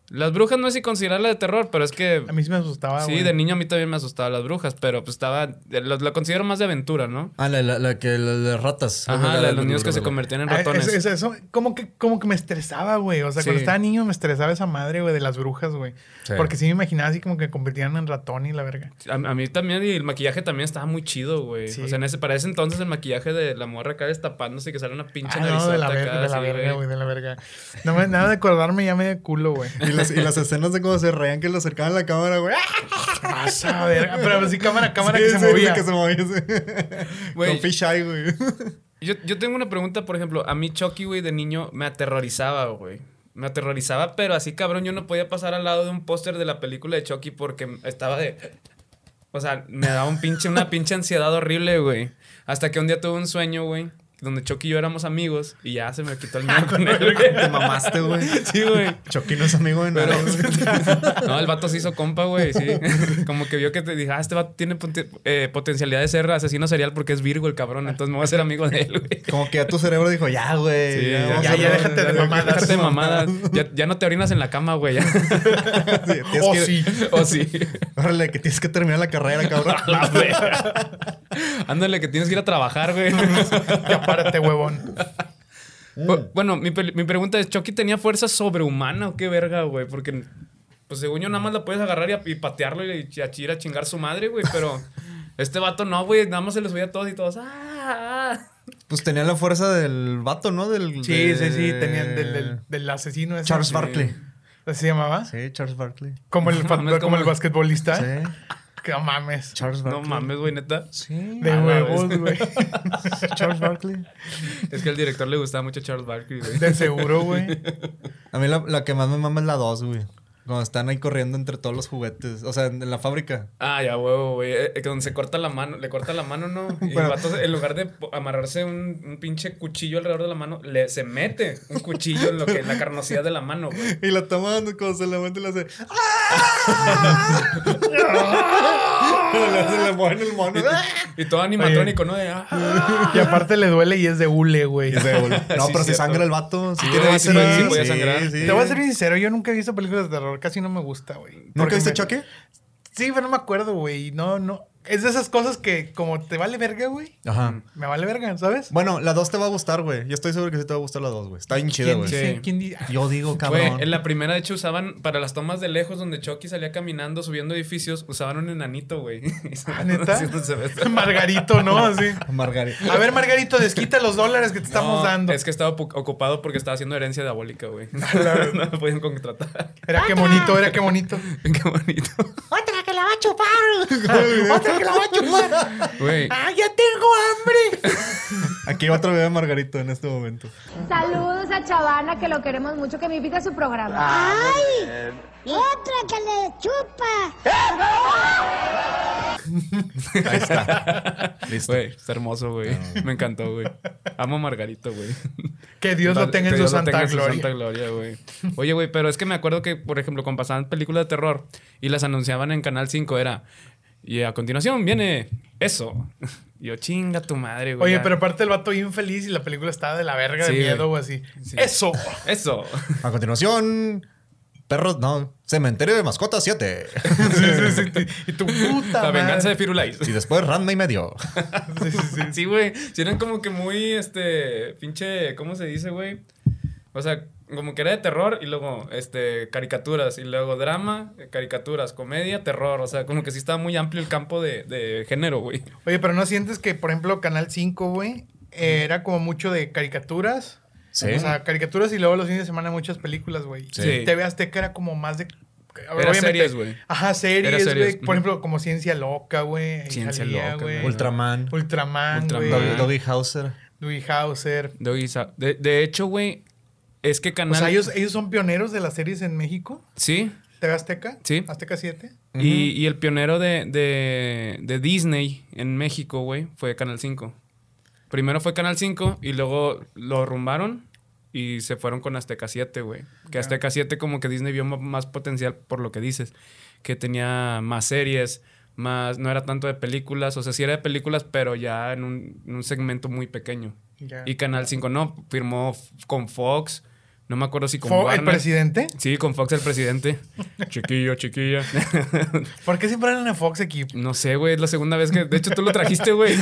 C: Las brujas no es si considerarla de terror, pero es que...
F: A mí sí me asustaba.
C: sí,
F: güey.
C: de niño a mí también me asustaban las brujas, pero pues estaba... La, la considero más de aventura, ¿no?
D: Ah, la, la, la que la, las ratas.
C: Ajá, la de los niños que se convertían en
F: Ah,
C: ratones.
F: es- es- eso, como que, como que me estresaba, güey. O sea,
C: Sí.
F: cuando estaba niño me estresaba esa madre, güey, de las brujas, güey.
D: Sí.
F: Porque sí me imaginaba así como que convertían en ratón y la verga.
C: A, a mí también, y el maquillaje también estaba muy chido, güey.
F: Sí.
C: O sea, en ese, para ese entonces el maquillaje de la morra acá destapándose y que sale una pinche
F: Ah, no, de la,
C: narizota
F: verga,
C: acá,
F: de la
C: así,
F: verga, güey, de la verga. No me, nada de acordarme ya me de culo, güey.
D: Y las, y las escenas de cómo se reían que le acercaban la cámara, güey. ¡Ah!
F: Pasa, verga. Pero sí, cámara, cámara
D: Sí,
F: que se
D: sí,
F: movía.
D: Que se movía, sí.
C: Güey.
D: Con fish eye, güey.
C: Yo, yo tengo una pregunta, por ejemplo, a mí Chucky, güey, de niño me aterrorizaba, güey. Me aterrorizaba, pero así cabrón, yo no podía pasar al lado de un póster de la película de Chucky porque estaba de... O sea, me daba un pinche, una pinche ansiedad horrible, güey. Hasta que un día tuve un sueño, güey, donde Chucky y yo éramos amigos y ya se me quitó el miedo con él.
D: Te
C: güey.
D: mamaste, güey.
C: Sí, güey.
D: Chucky no es amigo de nadie, güey.
C: No, el vato se hizo compa, güey, sí. Como que vio que te dije, ah, este vato tiene ponte- eh, potencialidad de ser asesino serial porque es Virgo el cabrón, entonces me voy a hacer amigo de él, güey.
D: Como que a tu cerebro dijo, ya, güey.
C: Sí,
D: vamos
F: ya,
D: a
F: ya,
D: hablar
F: déjate de mamadas.
C: Déjate de mamadas. Ya, ya no te orinas en la cama, güey. ya.
D: Sí, tienes
F: O
D: que-
F: sí.
C: O sí.
D: Órale, que tienes que terminar la carrera, cabrón.
C: Ándale, que tienes que ir a trabajar, güey.
F: Ya párate, huevón.
C: Bu- Bueno, mi, pel- mi pregunta es, ¿Chucky tenía fuerza sobrehumana o qué verga, güey? Porque, pues según yo, nada más la puedes agarrar y, a- y patearlo y, y a ir a chingar su madre, güey. Pero este vato no, güey. Nada más se le subía a todos y todos. ¡Ah!
D: Pues tenía la fuerza del vato, ¿no? Del,
F: Sí,
D: de-
F: sí, sí. Tenían del, del, del asesino ese.
D: Charles Barkley.
F: ¿Así se llamaba?
D: Sí, Charles Barkley.
F: Como el, fa-
C: Mames,
F: como
C: como-
F: el basquetbolista.
D: Sí,
F: Que no mames.
D: Charles
C: No
D: Barkley.
C: mames, güey, neta.
D: Sí,
F: De
C: A la
F: huevos,
C: vez.
F: güey.
D: Charles Barkley.
C: Es que al director le gustaba mucho Charles Barkley, güey.
F: De seguro, güey.
D: A mí la, la que más me mama es la 2, güey. Cuando están ahí corriendo entre todos los juguetes. O sea, en, en la fábrica.
C: Ah, ya, huevo, güey. Eh, eh, que donde se corta la mano, le corta la mano, ¿no? Y el
D: Bueno.
C: vato, en lugar de po- amarrarse un, un pinche cuchillo alrededor de la mano, le se mete un cuchillo en lo que en la carnosidad de la mano, güey.
D: Y la tomando cuando se la mete la hace. se le mueven el mono.
C: Y todo animatrónico, ¿no? De, ah,
F: Y aparte le duele y es de hule, güey.
D: Y se devuelve. No,
C: Sí,
D: pero si
C: cierto.
D: sangra el vato. Si
C: Sí,
D: tiene
C: sí,
D: vísceras.
C: sí, sí, podía sangrar.
F: Te voy a ser sincero, yo nunca he visto películas de terror, casi no me gusta, güey.
D: ¿Nunca
F: Porque
D: viste
F: me-
D: choque?
F: Sí, pero no me acuerdo, güey. No, no. Es de esas cosas que como te vale verga, güey.
D: Ajá.
F: Me vale verga, ¿sabes?
D: Bueno, la 2 te va a gustar, güey. Yo estoy seguro que sí te va a gustar la 2, güey. Está bien chida,
F: ¿Quién
D: güey.
C: Sí.
F: dice? ¿Quién dice?
D: Yo digo,
C: Güey,
D: cabrón.
C: en la primera, de hecho, usaban para las tomas de lejos donde Chucky salía caminando, subiendo edificios, usaban un enanito, güey.
F: Ah, ¿neta?
C: Sí, no se ve.
F: Margarito, ¿no? Así.
D: Margarita.
F: A ver, Margarito, desquita los dólares que te estamos
C: No,
F: dando. Ah,
C: Es que estaba ocu- ocupado porque estaba haciendo herencia diabólica, güey. no me podían contratar.
F: Era qué bonito, era qué bonito.
C: Qué bonito.
B: Otra que la va a chupar. Otra que la va a chupar.
C: Güey,
B: ¡Ah, ya tengo hambre!
D: Aquí va otro bebé Margarito en este momento.
G: Saludos a Chavana, que lo queremos mucho, que me invita a su programa.
B: ¡Ay! Otra que le chupa.
D: Listo.
C: güey, está hermoso, güey. Me encantó, güey. Amo a Margarito, güey.
F: Que Dios lo
C: Vale,
F: tenga en
C: que
F: su
C: Dios lo
F: santa
C: tenga en
F: gloria.
C: santa gloria, güey. Oye, güey, pero es que me acuerdo que, por ejemplo, cuando pasaban películas de terror y las anunciaban en Canal 5, era. Y a continuación viene eso. Y Yo, chinga tu madre, güey.
F: Oye,
C: ya".
F: pero aparte el vato infeliz y la película estaba de la verga
C: Sí,
F: de miedo o
C: güey.
F: así.
C: Sí.
F: Eso.
C: Eso.
D: A continuación, perros, no, cementerio de mascotas 7.
F: Sí, sí, sí, sí. Y tu
C: La
F: puta. madre.
C: venganza de Firulais.
D: Y después Randa y medio.
F: Sí, sí, sí.
C: Sí, güey. Sí, eran como que muy, este, pinche, ¿cómo se dice, güey? O sea, como que era de terror y luego, este, caricaturas y luego drama, eh, caricaturas, comedia, terror. O sea, como que sí estaba muy amplio el campo de, de género, güey.
F: Oye, pero ¿no sientes que, por ejemplo, Canal 5, güey, eh, era como mucho de caricaturas?
D: Sí.
F: O sea, caricaturas y luego los fines de semana muchas películas, güey.
C: Sí.
F: Sí. TV Azteca era como más de...
C: Era series, güey.
F: Ajá,
C: Era
F: series,
C: series,
F: güey.
C: ujú.
F: Por ejemplo, como Ciencia Loca, güey. ahí
C: Ciencia Loca,
F: güey.
C: güey.
D: Ultraman,
F: Ultraman,
C: Ultraman. E
F: güey.
D: Doggy, Doggy Hauser.
F: Dewey Hauser.
C: Doggy Sa- De, de hecho, güey, es que
F: O
C: Canal...
F: sea, ellos, ellos son pioneros de las series en México.
C: Sí.
F: TV Azteca.
C: Sí.
F: Azteca 7.
C: Y, y el pionero de, de, de Disney en México, güey, fue Canal 5. Primero fue Canal 5 y luego lo rumbaron y se fueron con Azteca 7, güey. Que Azteca 7 como que Disney vio ma- más potencial por lo que dices, que tenía más series, más no era tanto de películas, o sea, sí era de películas, pero ya en un, en un segmento muy pequeño.
F: Ya.
C: Y Canal 5 no, firmó f- con Fox, no me acuerdo si con
F: Fo-
C: Warner.
F: ¿El presidente?
C: Sí, con Fox el presidente. Chiquillo, chiquilla.
F: ¿Por qué siempre eran en Fox aquí?
C: No sé, güey, es la segunda vez que. De hecho, tú lo trajiste, güey.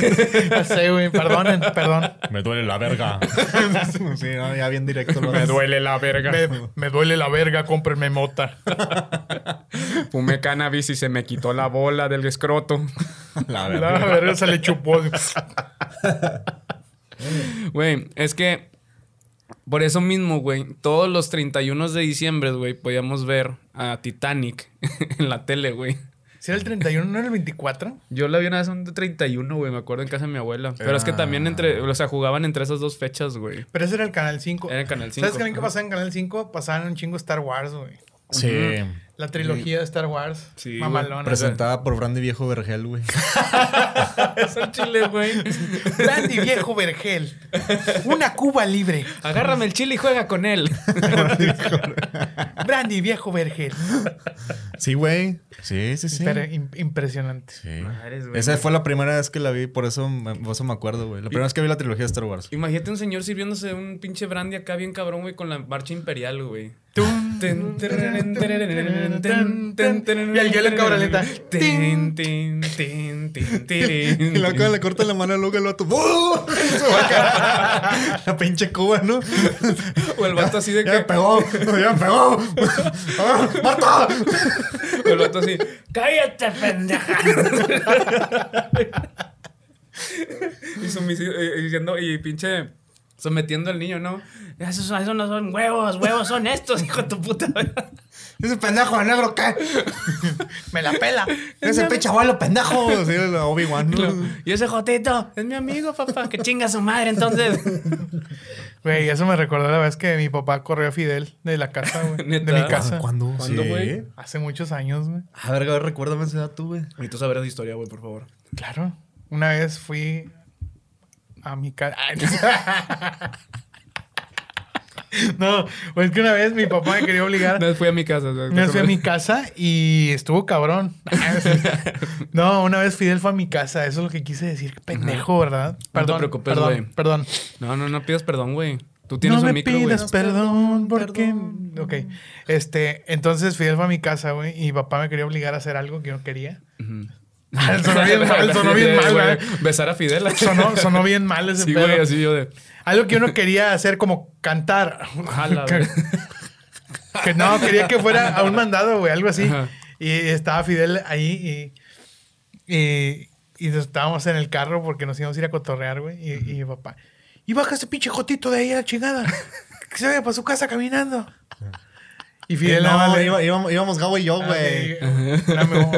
F: Ya sé, güey. Perdonen, perdón.
D: Me duele la verga. sí, no, ya bien directo. lo haces.
C: la verga.
F: Me, me duele la verga, cómprenme mota.
C: Fumé cannabis y se me quitó la bola del escroto.
D: La
F: La
D: verga.
F: verga se le chupó.
C: Güey, es que. Por eso mismo, güey, todos los 31 de diciembre, güey, podíamos ver a Titanic en la tele, güey.
F: Si era el 31, no era el 24.
C: Yo la vi una vez un 31, güey, me acuerdo en casa de mi abuela. Pero es que
D: Ah.
C: también entre, o sea, jugaban entre esas dos fechas, güey.
F: Pero ese era el Canal 5.
C: Era el Canal 5.
F: ¿Sabes qué, qué pasaba en Canal 5? Pasaban un chingo Star Wars, güey.
D: Sí.
F: La trilogía de Star Wars.
C: Sí,
D: Ah,
F: mamalona.
D: Presentada por Brandy Viejo Vergel, güey.
C: Es un chile, güey.
F: Brandy viejo vergel. Una Cuba libre.
C: Agárrame el chile y juega con él.
F: Brandy viejo vergel.
D: Sí, güey. Sí, sí, sí.
F: Pero im- impresionante.
D: Sí.
C: Madres, güey.
D: Esa fue la primera vez que la vi, por eso me, por eso me acuerdo, güey. La primera vez que vi la trilogía de Star Wars.
C: Imagínate un señor sirviéndose un pinche brandy acá bien cabrón, güey, con la marcha imperial, güey. Ten, tererén, tererén, ten, ten, tererén,
F: Y al hielo en cabroleta.
C: Ten, ten, ten, ten, tererén.
D: Y la cara le corta la mano al loco el vato. ¡buh! Se va a caer. La pinche cuba, ¿no?
C: O el vato así de
D: Ya me
C: que.
D: pegó, ya me pegó. ¡Ah, ¡Marta!
C: O el vato así. ¡Cállate, pendeja! y, sumisi- eh, diciendo, y pinche. Sometiendo al niño, ¿no? Esos, esos no son huevos, huevos son estos, hijo de tu puta.
D: Ese pendejo de negro, ¿qué?
F: Me la pela.
D: Ese pinche abuelo pendejo. Sí, el Obi-Wan. ¿no?
C: Y ese jotito es mi amigo, papá, que chinga a su madre, entonces.
F: Güey, eso me recordó la vez que mi papá corrió a Fidel de la casa, güey. De
C: ¿Neta?
F: mi casa.
D: Ah, ¿Cuándo?
C: ¿Cuándo,
D: Sí.
C: güey?
F: Hace muchos años, güey.
D: A ver, a ver, recuérdame esa edad tú, güey.
C: Necesito saber esa historia, güey, por favor.
F: Claro. Una vez fui a mi casa. No, pues que una vez mi papá me quería obligar.
C: No fui a mi casa. No,
F: Una vez fui a mi casa y estuvo cabrón. No, una vez Fidel fue a mi casa. Eso es lo que quise decir. Qué pendejo, ¿verdad? Perdón.
C: preocupes,
F: perdón,
C: güey.
F: Perdón.
C: No, no, no pidas perdón, güey. Tú tienes
F: no
C: un
F: me
C: micro, güey.
F: pidas perdón porque... Ok. Este, entonces Fidel fue a mi casa, güey. Y mi papá me quería obligar a hacer algo que yo no quería. Ah, sonó bien mal, sonó bien mal,
C: güey.
F: güey.
C: Besar a Fidel.
F: Sonó, sonó bien mal ese
C: Sí,
F: pedo.
C: güey, así yo de.
F: Algo que yo no quería hacer como cantar.
C: Jala,
F: que,
C: güey.
F: que no, quería que fuera a un mandado, güey, algo así.
C: Ajá.
F: Y estaba Fidel ahí y, y, y nos estábamos en el carro porque nos íbamos a ir a cotorrear, güey. Y, y mi papá, y baja ese pinche jotito de ahí a la chingada. Que se vaya para su casa caminando. Y Fidel
D: no,
F: nada más le-
D: íbamos, íbamos, íbamos Gabo y yo,
F: Ah,
D: güey.
F: sí, dame un-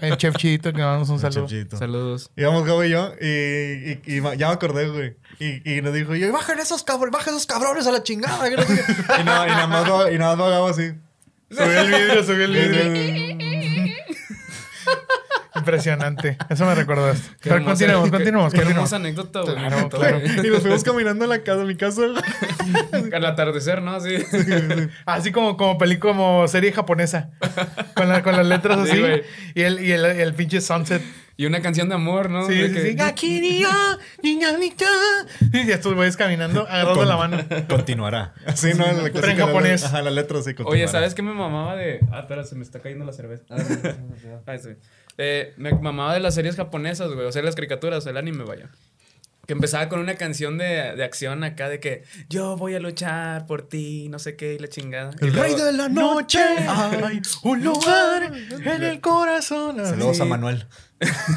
F: El chef chidito que mandamos un saludo.
D: Chefcito.
C: Saludos.
D: Íbamos Gabo y yo y, y- y ma- ya me acordé, güey. Y, y nos dijo, yo, bajen esos cabrones, bajen esos cabrones a la chingada. que no sé qué". y, no, y nada más va- y nada más va Gabo así.
F: Subió el vidrio, subió el vidrio. Impresionante. Eso me recordó esto.
C: Qué
F: Pero
C: hermosa-
F: continuemos, continuemos,
C: Qué
F: continuemos.
C: hermosa anécdota, güey.
F: Claro,
C: Entonces,
F: claro.
D: Y nos fuimos caminando a la casa, a mi casa.
C: Al atardecer, ¿no? Así.
F: Así como, como película, como serie japonesa. Con, la- con las letras
C: Sí,
F: así.
C: güey.
F: y el, y el, el pinche sunset.
C: Y una canción de amor, ¿no?
F: Sí,
C: De
F: sí,
C: que-
F: sí. Gakiriya, niñanita. Y estos güeyes caminando, agarrando la mano.
D: Continuará. Así, ¿no? La
F: Pero en japonés.
D: La, ajá, la letra sí continuará.
C: Oye, ¿sabes qué me mamaba de.? Ah, espera, se me está cayendo la cerveza. Ah, sí. Eh, me mamaba de las series japonesas, güey. O sea, las caricaturas, el anime, vaya. Que empezaba con una canción de, de acción acá de que yo voy a luchar por ti, no sé qué, y la chingada. Y
D: El
C: luego-
D: rey de la noche.
F: Hay un lugar en el corazón.
D: Saludos
F: Sí.
D: a Manuel.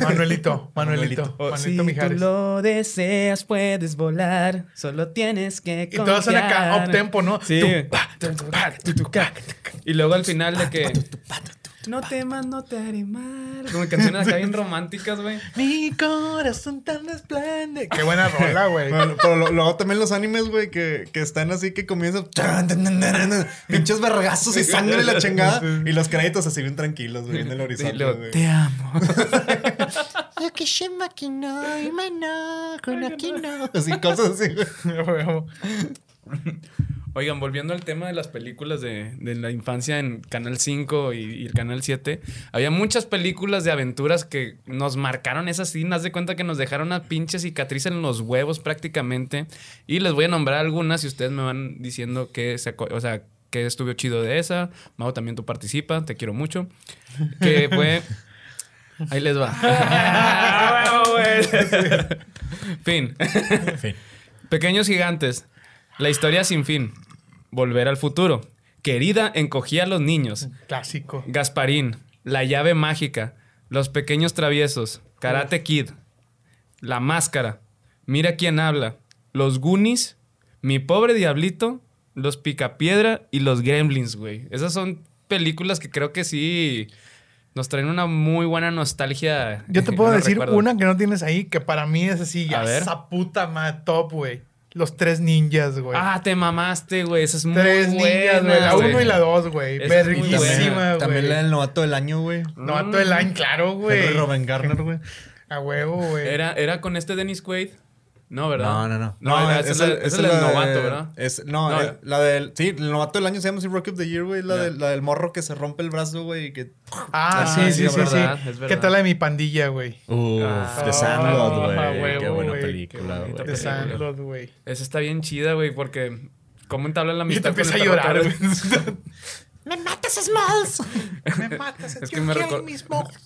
F: Manuelito, Manuelito, Manuelito,
C: Oh, si tú
F: Mijares.
C: lo deseas, puedes volar. Solo tienes que.
F: Y todos son acá,
C: confiar.
F: up-tempo, ¿no?
C: Sí.
F: Tum,
C: Y luego al final de que. No temas, no te haré mal. Como canciones acá bien románticas, güey.
F: Mi corazón tan resplende. Qué buena rola, güey.
D: Bueno, pero lo- luego también los animes, güey, que, que están así que comienzan tan, tan, tan, tan, tan, pinches vergazos y sangre y la chingada. Y los créditos así bien tranquilos, güey, en el
C: Y
D: horizonte,
C: luego,
D: güey.
C: te amo.
B: Yakishima kino, imano, kunakino.
D: Así, cosas así, güey.
C: Oigan, volviendo al tema de las películas de, de la infancia en Canal 5 y, y el Canal 7, había muchas películas de aventuras que nos marcaron esas cinas de cuenta que nos dejaron una pinche cicatriz en los huevos prácticamente. Y les voy a nombrar algunas y ustedes me van diciendo que, se, acu- o sea, que estuvo chido de esa. Mau, también tú participa, te quiero mucho. Que fue... Ahí les va. fin.
D: Fin.
C: Pequeños gigantes. La historia sin fin. Volver al futuro. Querida encogía a los niños.
F: Clásico.
C: Gasparín. La llave mágica. Los pequeños traviesos. Karate Kid. La máscara. Mira quién habla. Los Goonies. Mi pobre diablito. Los Picapiedra y los Gremlins, güey. Esas son películas que creo que sí nos traen una muy buena nostalgia.
F: Yo te puedo
C: en los
F: decir
C: recuerdos.
F: una que no tienes ahí, que para mí es así,
C: A ver.
F: esa puta madre, top, güey. Los tres ninjas, güey.
C: Ah, te mamaste, güey. Esa es muy
F: tres ninjas, güey.
C: buena,
F: La
C: güey.
F: uno y la dos, güey.
C: Esa es muy
D: También,
C: buena.
F: Verguísima, güey.
D: también la del novato del año, güey.
F: No, todo el line, claro, güey.
D: Robin Garner, güey.
F: A huevo, güey.
C: Era, era con este Dennis Quaid. No, ¿verdad?
D: No, no, no.
C: No, era- esa es la- esa es la del
D: de-
C: novato, ¿verdad?
D: es- no,
C: No.
D: eh, la del. Sí, el novato del año se llama así Rock of the Year, güey. La,
C: Ya.
D: del- la del morro que se rompe el brazo, güey. y Que...
F: Ah,
C: Ah,
F: sí,
C: sí,
F: sí,
C: es
F: sí, sí.
C: verdad, es verdad.
F: ¿Qué tal la de mi pandilla, güey?
H: Uf,
F: Ah,
H: The Sandlot, güey.
F: ah,
H: qué
F: huevo,
H: buena
F: güey,
H: película,
C: qué bonita
H: güey.
F: De
C: película.
F: Sandlot, güey.
C: Esa está bien chida, güey, porque. ¿Cómo entabla la
F: Y te
C: amistad con
F: empieza a
C: el
F: llorar,
C: perro?
F: güey.
B: ¡Me matas, Smalls!
F: Me matas,
C: Es que me recor-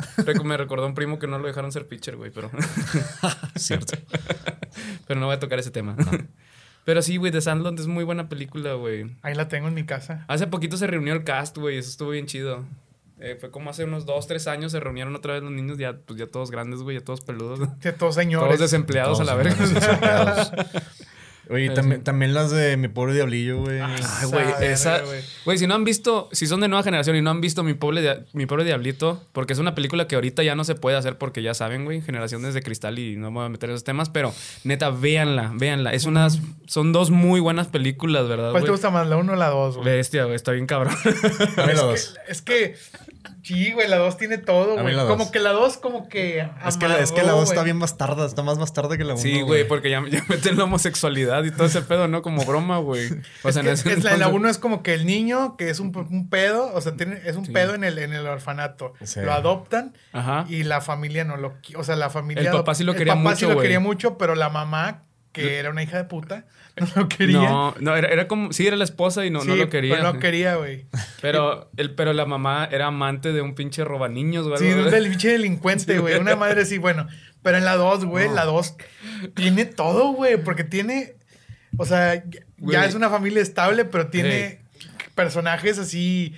C: Recu- me recordó a un primo que no lo dejaron ser pitcher, güey, pero.
D: Cierto.
C: pero no voy a tocar ese tema. pero sí, güey, The Sandlot es muy buena película, güey.
F: Ahí la tengo en mi casa.
C: Hace poquito se reunió el cast, güey, eso estuvo bien chido. Eh, fue como hace unos dos, tres años se reunieron otra vez los niños, ya, pues ya todos grandes, güey, ya todos peludos.
F: De todos
C: Todos
F: señores.
C: desempleados a la
D: Todos
C: verga.
D: desempleados. Oye,
C: Pero
D: también,
C: sí.
D: también las de Mi Pobre Diablillo, güey.
C: Ay, güey,
F: Esa
C: esa.
F: verga, Ah, güey.
C: Güey, si no han visto, si son de nueva generación y no han visto Mi Pobre, Dia- Mi Pobre Diablito, porque es una película que ahorita ya no se puede hacer porque ya saben, güey, generaciones de cristal y no me voy a meter en esos temas, pero neta, véanla, véanla. Es unas, son dos muy buenas películas, ¿verdad?
F: ¿Cuál Pues, te
C: güey?
F: gusta más, la uno o la dos, güey?
C: Bestia, güey, está bien cabrón.
D: A mí
F: Es
D: la
F: que-
D: dos.
F: Es que, sí, güey, la 2 tiene todo,
D: mí
F: güey.
D: la dos.
F: Como que la 2 como que
D: Es que, la- es que la dos está bien bastarda, está más bastarda que la 1.
C: Sí, güey, porque ya, ya meten la homosexualidad y todo ese pedo, ¿no? Como broma, güey. O sea, en
F: Es
C: ese
F: que es la, la
C: entonces-
F: uno es como que el niño que es un, un pedo, o sea, tiene, es un pedo en el, en el orfanato.
D: Sí.
F: Lo adoptan
C: Ajá.
F: y la familia no lo... qui- O sea, la familia...
C: El
F: adop-
C: papá sí lo quería
F: El papá
C: mucho,
F: sí lo
C: güey.
F: quería mucho, pero la mamá, que era una hija de puta, no lo quería.
C: No, no, era, era como, sí, era la esposa y no, no
F: Sí,
C: lo quería.
F: Pero no quería, güey.
C: Pero, el, pero la mamá era amante de un pinche robaniños, güey.
F: Sí,
C: algo,
F: un
C: güey.
F: del pinche delincuente, güey. Una madre sí, bueno. Pero en la 2, güey, la 2 tiene todo, güey. Porque tiene. O sea, ya
C: Güey.
F: es una familia estable, pero tiene personajes así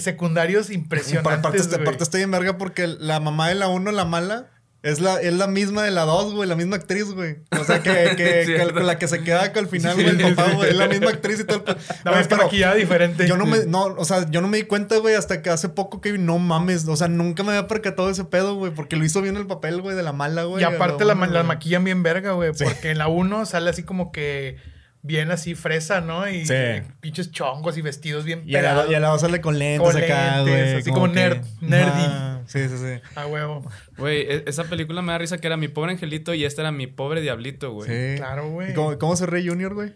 F: secundarios impresionantes.
D: Aparte, está-
F: güey.
D: aparte está bien verga porque la mamá de la 1, la mala, es la, es la misma de la 2, güey, la misma actriz, güey. O sea, que, que-
C: Es
D: que-
C: cierto.
D: con la que se queda al final, güey, el papá, güey, es la misma actriz y todo. el pe-
F: Nada más
D: Güey,
F: que maquillada diferente.
D: Yo no me, no, o sea, yo no me di cuenta, güey, hasta que hace poco que vi, no mames, o sea, nunca me había percatado de ese pedo, güey, porque lo hizo bien el papel, güey, de la mala, güey.
F: Y aparte la, ma-
D: uno,
F: la
D: güey.
F: maquillan bien verga, güey. Porque en la 1 sale así como que. Bien así fresa, ¿no? Y
D: Sí.
F: y pinches chongos y vestidos bien
D: Y a la,
F: pegados.
D: y a la dos sale con lentes
F: Con
D: acá,
F: lentes,
D: güey.
F: así como nerd- nerdy.
D: Ah, sí, sí, sí.
F: A huevo.
C: Güey, e- esa película me da risa que era mi pobre angelito y esta era mi pobre diablito, güey.
D: Sí.
F: Claro, güey.
D: ¿Y ¿Cómo, cómo se ríe Junior, güey?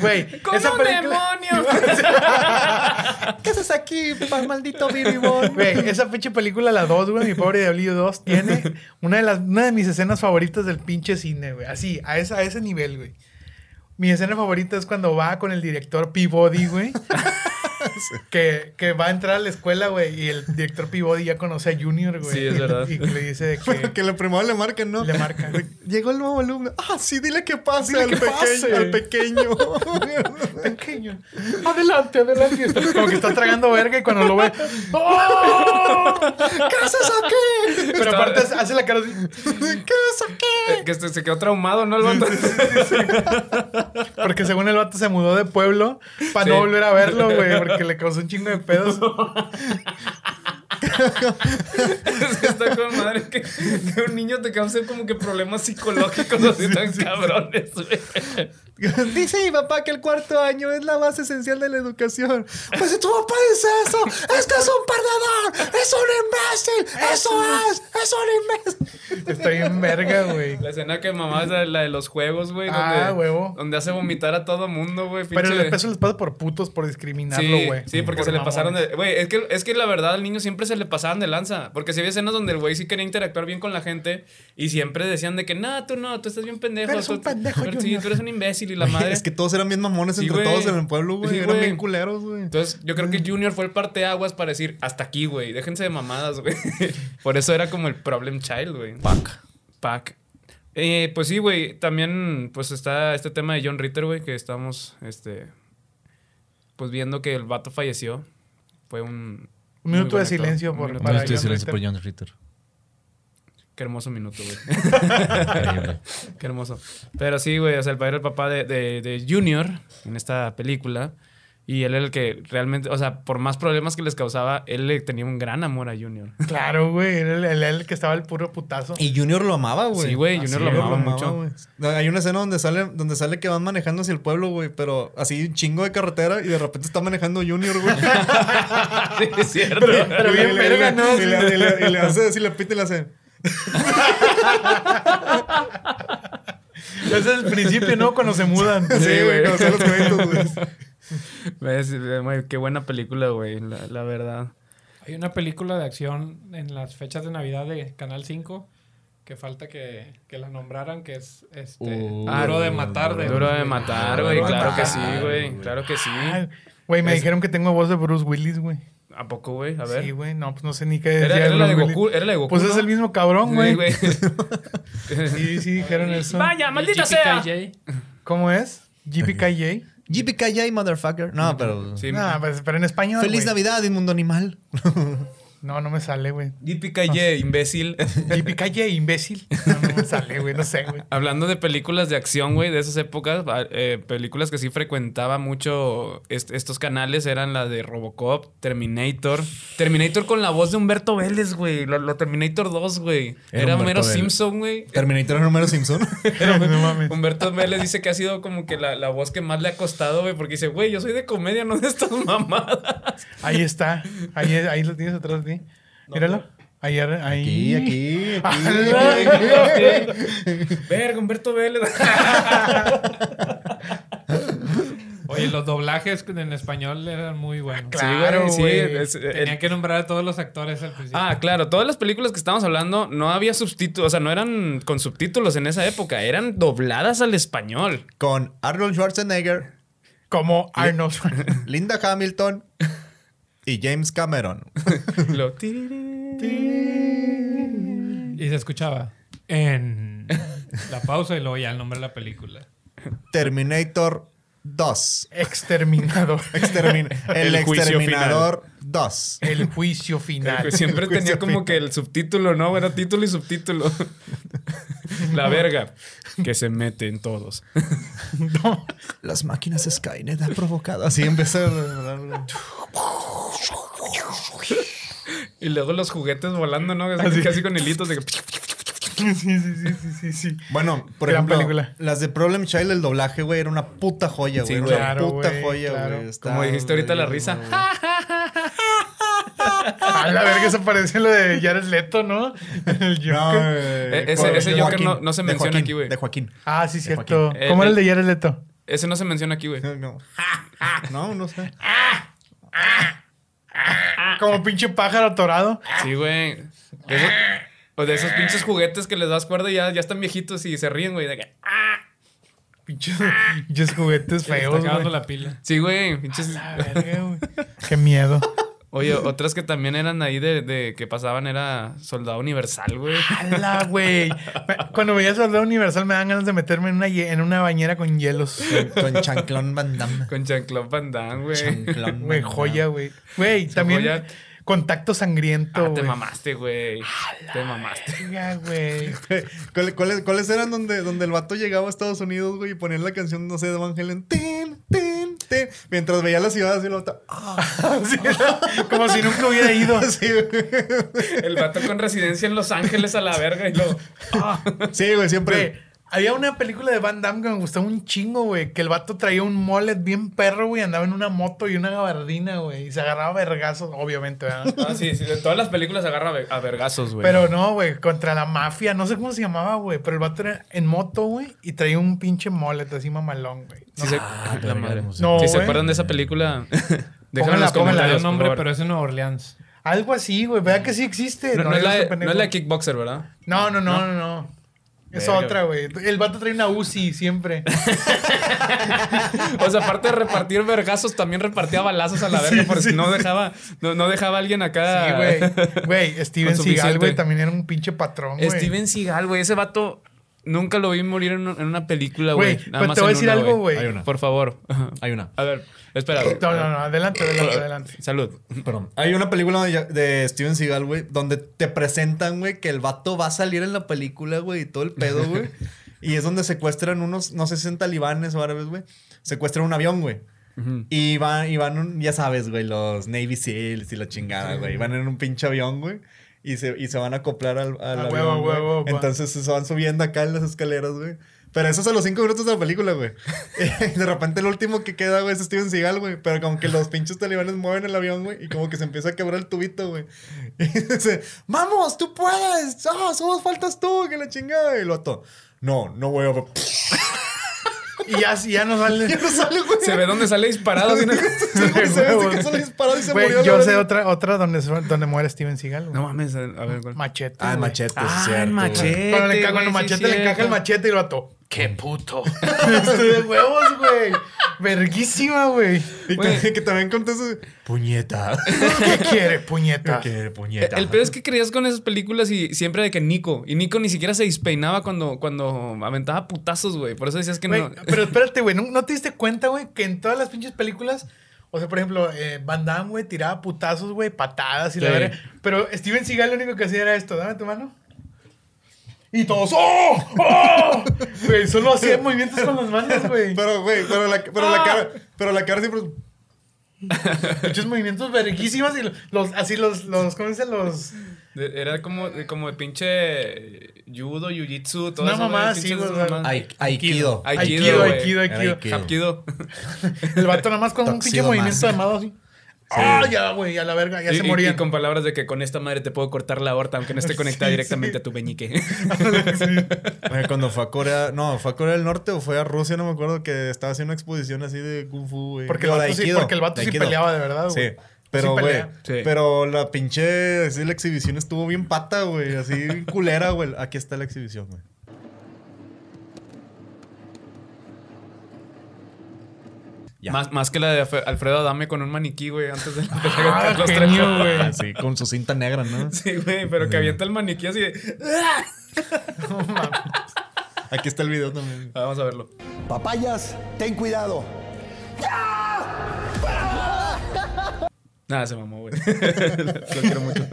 F: Güey,
C: ¡Con
F: esa
C: un
F: película...
C: demonio!
D: ¿Qué haces aquí, pa- maldito biribón?
F: Güey, esa pinche película, la 2, güey, mi pobre Diablillo 2, tiene una de, las, una de mis escenas favoritas del pinche cine, güey. Así, a, esa, a ese nivel, güey. Mi escena favorita es cuando va con el director Peabody, güey. que, que va a entrar a la escuela, güey, y el director Peabody ya conoce a Junior, güey.
C: Sí, es verdad.
F: Y que le dice de que,
D: que la primero le marcan, ¿no?
F: le marca.
D: Llegó el nuevo alumno. Ah, sí, dile que pase
F: Dile
D: al,
F: que
D: pequeño,
F: pase.
D: al pequeño.
F: Pequeño. Adelante, adelante. Como que está tragando verga y cuando lo ve. ¡Oh!
D: ¿Qué haces aquí?
F: Pero aparte hace la cara así.
D: ¿Qué haces aquí?
C: Eh, que este- se quedó traumado, ¿no? El vato?
F: Porque según el vato se mudó de pueblo para no
C: Sí.
F: volver a verlo, güey, porque le causó un chingo de pedos.
C: Está con madre que, que un niño te cause como que problemas psicológicos así tan cabrones, güey.
D: Dice mi papá que el cuarto año es la base esencial de la educación. Pues si tu papá dice eso, es que es un perdedor, es un imbécil, eso es, es un imbécil.
F: Está bien verga, güey.
C: La escena que mamá es la, la de los juegos, güey.
F: Ah,
C: donde,
F: huevo.
C: Donde hace vomitar a todo mundo, güey.
F: Pero
C: pinche-
F: el peso les pasa por putos, por discriminarlo,
C: Sí,
F: güey.
C: sí, porque
F: Por
C: se le
F: mamones.
C: pasaron de... Güey, es que, es que la verdad al niño siempre se le pasaban de lanza. Porque si había escenas donde el güey sí quería interactuar bien con la gente y siempre decían de que, no, tú no, tú estás bien pendejo.
F: Eres
C: tú-
F: un pendejo,
C: pero sí,
F: Junior".
C: tú eres un imbécil y la madre...
D: Es que todos eran bien mamones
C: Sí,
D: entre
C: güey.
D: todos en el pueblo, güey.
C: Sí,
D: eran
C: güey.
D: bien culeros, güey.
C: Entonces, yo creo que Junior fue el parteaguas para decir, hasta aquí, güey, déjense de mamadas, güey. Por eso era como el problem child, güey. Pac. Pac. Eh, pues sí, güey, también pues está este tema de John Ritter, güey, que estamos, este, pues viendo que el vato falleció. Fue un...
F: Un
C: muy
F: minuto
C: buen
F: de
C: actor.
F: silencio
C: Un
F: por-
C: minuto
H: No
F: para
C: de
H: estoy
F: John
C: silencio.
H: silencio por
F: Ritter.
H: John Ritter.
C: Qué hermoso minuto, güey.
H: Increíble.
C: Qué hermoso. Pero sí, güey, o sea, el padre era el papá de, de- de Junior en esta película. Y él era el que realmente, o sea, por más problemas que les causaba, él le tenía un gran amor a Junior.
F: Claro, güey. Era el, el- el que estaba el puro putazo.
D: Y Junior lo amaba, güey.
C: Sí, güey, Junior lo
D: Junior
C: amaba mucho.
D: güey. Hay una escena donde sale, donde sale que van manejando hacia el pueblo, güey, pero así un chingo de carretera y de repente está manejando Junior, güey.
C: Sí, es cierto.
F: Pero bien
D: Y le-
F: verga, ¿no?
D: Y le, y le- y le hace así, le pita y le hace.
F: Ese es el principio, ¿no? Cuando se mudan.
C: Sí, güey.
D: cuando salen los créditos, güey.
C: Ves, eh, güey, Qué buena película, güey, la, la verdad.
E: Hay una película de acción en las fechas de Navidad de Canal 5 que falta que, que la nombraran, que es este,
C: Ah,
E: Duro de Matar. de-
C: Duro de matar, güey.
F: de
C: Claro que
F: matar,
C: sí, güey. Claro que sí.
F: Ay, Ah, Güey, me
C: Es-
F: dijeron que tengo voz de Bruce Willis, güey.
C: ¿A poco, güey? A ver.
F: Sí, güey. No, pues no sé ni qué
C: Era,
F: decía
C: era la de
F: Bruce Willis.
C: Goku, era la de Goku.
F: Pues es
C: ¿no?
F: el mismo cabrón,
C: Sí,
F: güey.
C: güey.
F: Sí, sí, dijeron eso.
C: Vaya, maldita sea.
F: ¿Cómo es? GPKJ.
D: JPKJ, motherfucker. No, pero.
C: Sí,
F: No, pues, pero en español.
D: Feliz
F: güey.
D: Navidad, Inmundo Animal.
F: No, no me sale, güey.
C: JPKY, imbécil.
F: GPKJ, imbécil. No, no me sale, güey. No sé, güey.
C: Hablando de películas de acción, güey, de esas épocas, a- eh, películas que sí frecuentaba mucho est- estos canales eran la de Robocop, Terminator. Terminator con la voz de Humberto Vélez, güey. La, la Terminator 2, güey.
H: Era
C: Era
H: Humberto
C: Homero
H: Vélez.
C: Simpson, güey.
D: Terminator número Simpson.
F: No mames.
C: Humberto Vélez dice que ha sido como que la, la voz que más le ha costado, güey, porque dice, güey, yo soy de comedia, no de estas mamadas.
F: Ahí está. Ahí, ahí lo tienes atrás de ti. Míralo. Ahí, ahí.
H: Aquí, aquí,
C: Verga, Humberto Vélez.
E: Oye, los doblajes en español eran muy buenos.
C: Sí, güey, sí,
F: güey.
C: es- el-
E: Tenían que nombrar a todos los actores al principio.
C: Ah, claro, todas las películas que estábamos hablando no había subtítulos, o sea, no eran con subtítulos en esa época, eran dobladas al español.
D: Con Arnold Schwarzenegger,
F: Como Arnold.
D: Linda Hamilton y James Cameron.
C: Lo- tirirí.
E: Y se escuchaba en la pausa y luego ya el nombre de la película.
D: Terminator 2.
F: Exterminador.
D: Extermin- el,
C: El juicio
D: exterminador 2.
F: El juicio final.
C: Que siempre
F: El juicio
C: tenía como
F: final.
C: que el subtítulo, ¿no? Era título y subtítulo. La verga. Que se meten todos.
D: Las máquinas Skynet han provocado. Así empieza. el-
C: Y luego los juguetes volando, ¿no?
F: Ah,
C: Así, Casi con hilitos de que-
F: Sí, sí, sí, sí, sí, sí.
D: Bueno, por
F: Gran
D: ejemplo,
F: película.
D: las de Problem Child, el doblaje, güey, era una puta joya,
C: Sí,
D: güey.
C: güey.
D: era una
F: Claro,
D: puta
F: güey,
D: joya,
F: claro.
D: güey. Está-
C: Como dijiste ahorita la risa.
F: A la verga se parece lo de Jared Leto, ¿no? El Joker.
D: No, eh,
C: E- ese-
D: por-
C: ese
D: de
C: Joker
D: Joaquín,
C: no- no se
D: de
C: menciona
D: Joaquín,
C: aquí, güey.
D: De Joaquín.
F: Ah, sí, cierto.
C: Joaquín.
F: ¿Cómo
C: El-
F: era el de Jared Leto?
C: Ese no se menciona aquí, güey.
D: No. no, no sé.
F: Como pinche pájaro atorado.
C: Sí, güey. De esos- o de esos pinches juguetes que les das cuerda y ya, ya están viejitos y se ríen, güey. de que-
F: Pinches, pinches juguetes
E: Se le está
F: feos,
E: acabando
F: güey.
E: la pila.
C: Sí, güey. pinches-
F: A la verga, güey. Qué miedo.
C: Oye, otras que también eran ahí de, de que pasaban era Soldado Universal, güey.
F: Ala, güey. Me- Cuando veía Soldado Universal me dan ganas de meterme en una, hie- en una bañera con hielos.
D: Con chanclón Van Damme.
C: Con Jean-Claude Van Damme, güey.
D: Chanclón
F: Güey,
D: Van
F: joya,
D: Damme.
F: güey. Güey, también
C: joya.
F: contacto sangriento,
C: Ah, te
F: güey.
C: mamaste, güey. Te mamaste.
F: Verga, güey.
D: ¿Cuál- ¿Cuáles, cuáles eran donde, donde el vato llegaba a Estados Unidos, güey, y ponían la canción, no sé, de Van Halen? Tin, tin, tin, mientras veía la ciudad así, la otra.
F: Sí, como si nunca hubiera ido.
D: Sí, güey.
C: El vato con residencia en Los Ángeles a la verga y luego. ah.
D: Sí, güey, siempre.
F: Güey, había una película de Van Damme que me gustaba un chingo, güey. Que el vato traía un mullet bien perro, güey. Andaba en una moto y una gabardina, güey. Y se agarraba vergazos, obviamente, ¿verdad?
C: Ah, sí, sí, de todas las películas agarra a ve- a vergazos, güey.
F: Pero no, güey, contra la mafia, no sé cómo se llamaba, güey, pero el vato era en moto, güey, y traía un pinche mullet así mamalón, güey.
C: Sí se- Ah, la madre.
H: verga,
F: no
C: si
F: sé.
C: se
F: No,
C: acuerdan de esa película, déjame
F: Pónganla,
C: los
F: pónganla,
E: Hay
C: comentarios.
E: un nombre,
C: por favor.
E: pero es en Nueva Orleans.
F: Algo así, güey, vea que sí existe.
C: No, no es
F: digas
C: la,
F: que
C: de- no
F: pendejo.
C: es la de Kickboxer, ¿verdad?
F: No, no, no, no, no. Es
C: Verga,
F: otra, güey. El vato trae una UCI siempre.
C: O sea, aparte de repartir vergazos, también repartía balazos a la verga, porque no dejaba, no, no dejaba a alguien acá.
F: Sí, güey. Güey, Steven
C: Con
F: Seagal, güey,
C: suficiente.
F: también era un pinche patrón, güey.
C: Steven Seagal, güey, ese vato nunca lo vi morir en, un- en una película,
F: Güey,
C: güey. Nada
F: pero
C: más
F: te voy a
C: en
F: decir
C: una,
F: algo, güey.
C: Hay una. Por favor.
H: Hay una.
C: A ver, espera. güey.
F: No, no, no, adelante, adelante, adelante.
C: Salud.
H: Perdón.
D: Hay una película de, de Steven Seagal, güey, donde te presentan, güey, que el vato va a salir en la película, güey, y todo el pedo, güey. y es donde secuestran unos, no sé si son talibanes o árabes, güey. Secuestran un avión, güey.
C: Ujú.
D: Y van, y van un- ya sabes, güey, los Navy SEALs y la chingada, güey. Van en un pinche avión, güey. Y se, y se van a acoplar al, al
F: A
D: avión,
F: huevo, a
D: güey.
F: huevo, pa.
D: Entonces se van subiendo acá en las escaleras, güey. Pero eso es a los cinco minutos de la película, güey. Y de repente el último que queda, güey, es Steven Seagal, güey. Pero como que los pinches talibanes mueven el avión, güey. Y como que se empieza a quebrar el tubito, güey. Y dice, vamos, tú puedes. Ah, somos faltas tú, que la chingada. Y el otro, no, no, güey.
F: Y ya, ya no sale.
D: Ya no sale, güey.
C: Se ve dónde sale disparado. de una-
D: Sí, güey, se ve que solo disparado y se
F: Güey,
D: murió. la
F: yo
D: verdad.
F: sé otra, otra donde, su- donde muere Steven Seagal. güey.
C: No mames, a ver cuál.
F: Machete.
D: Ah, el
F: güey.
D: machete, sí,
C: Ah, el
D: cierto, güey.
C: machete.
F: Cuando le, ca-
C: güey,
F: cuando
C: sí,
F: machete le
C: cierto.
F: encaja el machete y el vato. ¡Qué puto! Estoy de huevos, güey. Verguísima, güey.
D: Y
C: Güey.
D: que, que también contesta puñeta.
F: ¿Qué quiere,
D: ¿Qué
F: puñeta?
D: quiere, puñeta?
C: El peor es que creías con esas películas y siempre de que Nico. Y Nico ni siquiera se despeinaba cuando, cuando aventaba putazos, güey. Por eso decías que
F: Güey,
C: no.
F: Pero espérate, güey. ¿no, no te diste cuenta, güey, que en todas las pinches películas. O sea, por ejemplo, eh, Van Damme, güey, tiraba putazos, güey, patadas y la
C: Sí.
F: verga. Pero Steven Seagal lo único que hacía era esto. Dame tu mano. Y todos, ¡oh! ¡oh! Güey, solo hacía movimientos con las manos, güey.
D: Pero, güey, pero, la, pero la cara, pero la cara siempre.
F: Muchos movimientos verguísimas y los, así los, los, ¿cómo dicen? Los...
C: De- Era como, de- como de pinche judo, jiu-jitsu, todo
F: Una
C: eso. güey,
F: mamá,
C: pinches
F: sí, güey,
C: esas mamadas.
D: Ai- Aikido.
C: Aikido,
F: Aikido,
C: güey.
F: aikido,
D: Era
F: aikido.
D: Aikido.
C: Hapkido.
F: El vato nada más con un pinche
D: Tuxedo
F: movimiento
D: Man.
F: de mano así. Ah, ya, güey, a la verga, ya
C: Y-
F: se
C: y-
F: morían.
C: Y con palabras de que con esta madre te puedo cortar la aorta, aunque no esté conectada
F: Sí,
C: directamente
F: sí.
C: a tu peñique.
D: Güey, cuando fue a Corea. No, fue a Corea del Norte o fue a Rusia, no me acuerdo, que estaba haciendo una exposición así de Kung Fu, güey.
F: Porque el
D: Digo, de
F: vato sí-
D: Aikido,
F: porque el vato
D: de
F: sí
D: Aikido.
F: peleaba de verdad, güey.
D: Sí. Pero,
F: Sí
D: güey,
F: pelea.
C: Sí.
D: pero la pinche, así la exhibición estuvo bien pata, güey, así culera, güey. Aquí está la exhibición, güey. Ya.
C: Más, más que la de Alfe- Alfredo Adame con un maniquí, güey, antes de la pelea de
F: Ah,
C: Carlos
F: genio,
C: Trejo.
F: güey.
D: Así, con su cinta negra, ¿no?
C: Sí, güey, pero que avienta el maniquí así de. "Ah".
F: No mames.
D: Aquí está el video también.
C: Ah, Vamos a verlo.
I: Papayas, ten cuidado.
C: Nada, se mamó, güey. Lo quiero mucho.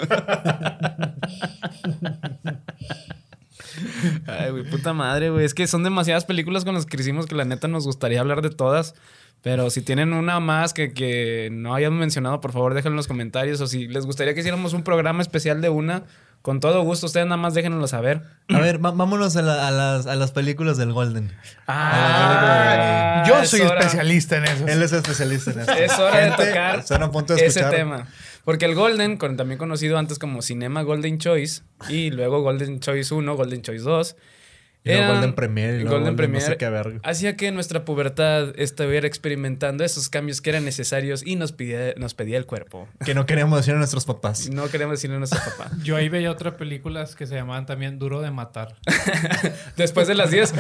C: Ay, güey, puta madre, güey. Es que son demasiadas películas con las que hicimos que la neta nos gustaría hablar de todas. Pero si tienen una más que, que no hayan mencionado, por favor déjenlo en los comentarios. O si les gustaría que hiciéramos un programa especial de una, con todo gusto, ustedes nada más déjenoslo saber.
D: A ver, va- vámonos a, la- a las, a las películas del Golden.
F: Ah,
C: Ah,
F: yo
C: es
F: soy
C: hora.
F: especialista en eso.
D: Él es especialista en esto.
C: Es hora de
D: Gente,
C: tocar
D: Están a punto de
C: ese
D: escuchar.
C: tema. Porque el Golden, con- también conocido antes como Cinema Golden Choice, y luego Golden Choice 1, Golden Choice 2.
D: Y luego
C: eran-
D: Golden Premier, y luego Golden no sé qué verga.
C: Hacía que nuestra pubertad estuviera experimentando esos cambios que eran necesarios y nos pedía, nos pedía el cuerpo.
D: Que no queríamos decir a nuestros papás.
C: No queremos decirle a nuestro papá.
E: Yo ahí veía otras películas que se llamaban también Duro de Matar.
C: Después de las 10.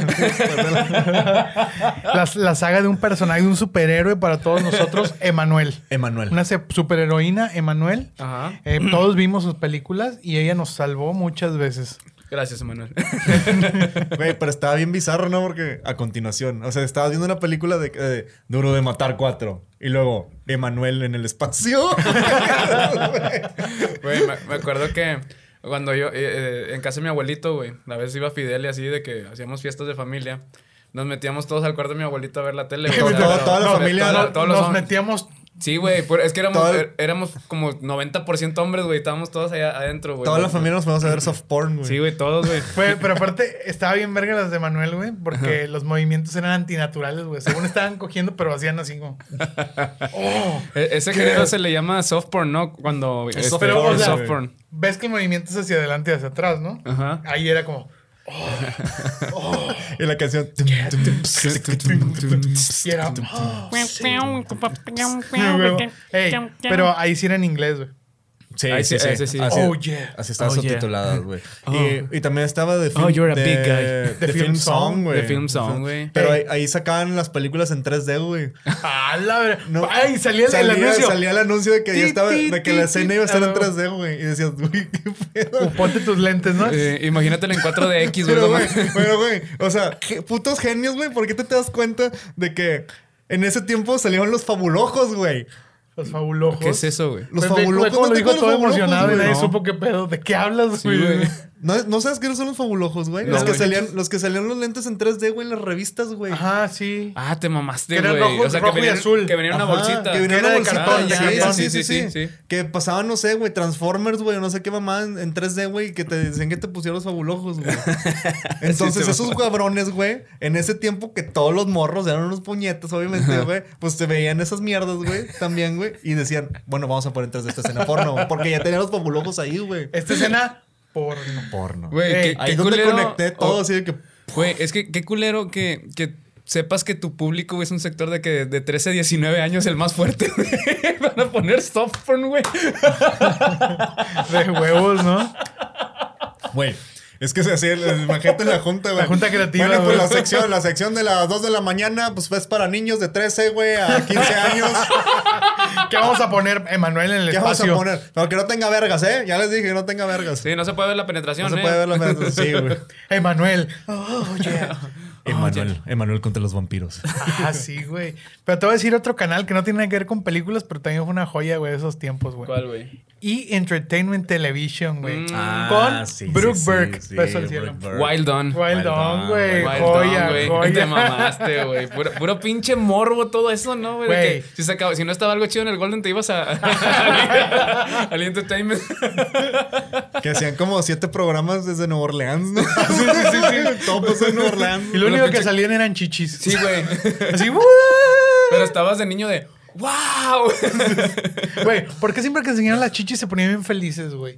F: La, la saga de un personaje, de un superhéroe para todos nosotros, Emanuel.
D: Emanuel.
F: Una se- superheroína, Emanuel.
C: Ajá.
F: Eh, todos vimos sus películas y ella nos salvó muchas veces.
C: Gracias, Manuel.
D: Güey, pero estaba bien bizarro, ¿no? Porque a continuación, o sea, estaba viendo una película de eh, Duro de Matar 4. Y luego, Emanuel en el espacio.
C: Güey, me, me acuerdo que cuando yo, eh, eh, en casa de mi abuelito, güey, la vez iba Fidel y así de que hacíamos fiestas de familia, nos metíamos todos al cuarto de mi abuelito a ver la tele. güey.
D: Todo-
C: Pero-
D: toda la
C: pero-
D: familia,
C: todo-
F: No,
D: no,
C: todos los
F: nos
C: hombres.
F: metíamos.
C: Sí, güey, por- es que éramos,
D: Todo el-
C: er- éramos como 90% hombres, güey, estábamos todos allá adentro, güey.
D: Toda la familia nos vamos a ver soft porn, güey.
C: Sí, güey, todos, güey.
F: Fue- pero aparte, estaba bien verga las de Emanuel, güey, porque los movimientos eran antinaturales, güey. Según estaban cogiendo, pero hacían así como. ¡Oh!
C: E- ese género se le llama soft porn, ¿no? Cuando es
D: soft
C: pero,
D: porn,
C: o sea,
D: güey.
C: soft porn.
F: Ves que el movimiento es hacia adelante y hacia atrás, ¿no?
C: Ajá.
F: Ahí era como.
D: Y la canción.
F: Y era. "Ah, güey". Ey, pero ahí sí era en inglés, güey.
D: Sí,
C: Ahí
D: sí,
C: sí,
D: sí.
C: ese sí.
D: Así,
F: Oh, yeah.
D: Así están
C: Oh, yeah.
D: subtituladas, güey. Y, y también estaba de film,
C: Oh, you're a
D: de-
C: big guy.
D: de
F: The
D: film
F: Film
D: song,
F: Song,
D: güey.
C: The Film Song, güey.
D: Pero ahí, ahí sacaban las películas en 3D, güey.
F: ¡Ah, la verdad!
D: No.
F: ¡Ay, salía el,
D: salía,
F: el anuncio!
D: salía el anuncio de que ya
F: Ti,
D: estaba,
F: ti,
D: de que
F: ti,
D: la
F: ti.
D: escena iba a estar en
C: oh.
F: Ah,
D: 3D, güey. Y decías, güey, qué
F: O
D: pedo.
F: ponte tus lentes, ¿no?
C: Eh, imagínatelo en 4DX, güey.
D: Pero,
C: no
D: güey,
C: mames.
D: pero, güey, o sea, qué putos genios, güey, ¿por qué te, te das cuenta de que en ese tiempo salieron los fabulojos, güey?
F: Los fabulojos.
C: ¿Qué es eso, güey?
D: Los
F: Pues ve- ve
D: fabulojos.
F: cómo
D: ¿no
F: lo
D: te
F: dijo
D: acuerdas
F: todo
D: de los
F: emocionado y
D: Fabulojos,
F: nadie
D: güey?
F: supo qué pedo. ¿De qué hablas,
C: Sí,
F: güey?
C: güey.
D: ¿No, no sabes quiénes son los fabulojos, güey?
C: No,
D: los, que
C: güey.
D: salían, los que salían los lentes en 3D, güey, en las revistas, güey.
F: Ajá, sí.
C: Ah, te mamaste,
F: Que eran
C: güey.
F: rojo-
C: O sea, que
F: rojo y
C: venían,
F: azul.
C: que venían una
D: Ajá,
C: bolsita.
D: Que venía
F: Que
D: una
F: era de
D: bolsita.
F: cartón, de
D: sí,
F: cartón.
D: sí, sí, sí,
C: Sí,
D: sí.
C: sí.
D: Que pasaban, no sé, güey, Transformers, güey, o no sé qué mamá en, en 3D, güey, que te decían que te pusieron los fabulojos, güey. Entonces,
C: Sí, sí,
D: esos
C: mamá.
D: cabrones, güey, en ese tiempo que todos los morros eran unos puñetas, obviamente, güey, pues te veían esas mierdas, güey, también, güey, y decían, bueno, vamos a poner 3D esta escena porno, güey, porque ya tenían los fabulojos ahí, güey.
F: Esta escena, porno.
D: Porno.
C: Güey,
F: Ey,
C: qué,
D: Ahí
C: qué
D: es donde
C: culero.
D: conecté todo,
C: o-
D: así de que.
C: Güey, es que qué culero que, que sepas que tu público güey, es un sector de que de 13 a 19 años el más fuerte, güey. Van a poner soft porn, güey.
F: De huevos, ¿no?
D: Güey. Es que se hacía, el- el- imagínate la junta, güey.
F: La junta creativa,
D: Bueno, pues
F: güey.
D: la sección, la sección de las 2 de la mañana, pues es para niños de 13, güey, a 15 años.
F: ¿Qué vamos a poner, Emanuel, en el
D: ¿Qué vamos a
F: espacio?
D: poner? No, que no tenga vergas, ¿eh? Ya les dije que no tenga vergas.
C: Sí, no se puede ver la penetración,
D: No se
C: ¿eh?
D: puede ver la vergas. Sí, güey.
F: Emanuel. Oh, yeah.
I: Emanuel, Emanuel contra los vampiros.
F: Ah, sí, güey. Pero te voy a decir otro canal que no tiene nada que ver con películas, pero también fue una joya, güey, de esos tiempos, güey.
C: ¿Cuál, güey?
F: Y Entertainment Television, güey.
C: Mm.
D: Ah,
F: Con Brooke Burke. Beso al cielo.
C: Wild On.
F: Wild On, güey.
C: Wild
F: Joya,
C: On, güey.
F: joya.
C: Te mamaste, güey. Puro, puro pinche morbo todo eso, ¿no, güey? De
F: Güey.
C: que Si, se acaba- si no estaba algo chido en el Golden, te ibas a... al- al Entertainment.
D: Que hacían como siete programas desde Nueva Orleans, ¿no? sí, sí, sí. Todo pasó en Nueva Orleans.
F: Y lo
C: Una
F: único que
C: pinche-
F: salían eran chichis.
C: Sí, güey.
F: Así, ¡uh!
C: Pero estabas de niño de... ¡Wow!
F: Güey, ¿por qué siempre que enseñaron las chichis se ponían bien felices, güey?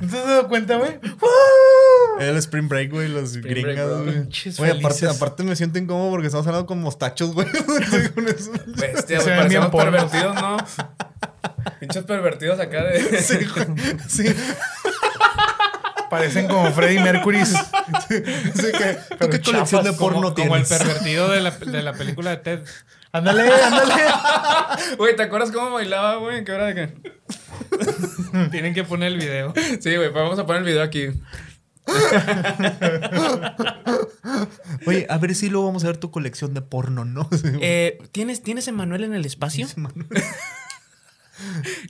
F: ¿No te has dado cuenta, güey? ¡Uh!
D: El Spring Break, güey, los
C: Break,
D: gringas,
C: bro.
D: güey.
F: Pinches
D: Güey, aparte,
F: felices.
D: aparte me siento incómodo porque estamos hablando con mostachos, güey. Con eso.
C: Bestia,
F: Se
C: güey.
F: ven
C: Parecíamos
F: bien pornos.
C: pervertidos, ¿no? Pinchos pervertidos acá de...
D: Sí, güey. Sí.
F: Parecen como Freddie Mercury.
D: Sí, que, ¿Tú
F: Pero
D: qué colección
F: chafas,
D: de porno
E: como, como el
D: tienes?
E: pervertido de la, de la película de Ted.
F: Ándale, ándale.
C: Güey, ¿te acuerdas cómo bailaba, güey? ¿Qué hora de qué?
E: Tienen que poner el video.
C: Sí, güey. pues Vamos a poner el video aquí.
D: Oye, a ver si luego vamos a ver tu colección de porno, ¿no?
C: Eh, ¿tienes, ¿Tienes a Manuel en el espacio?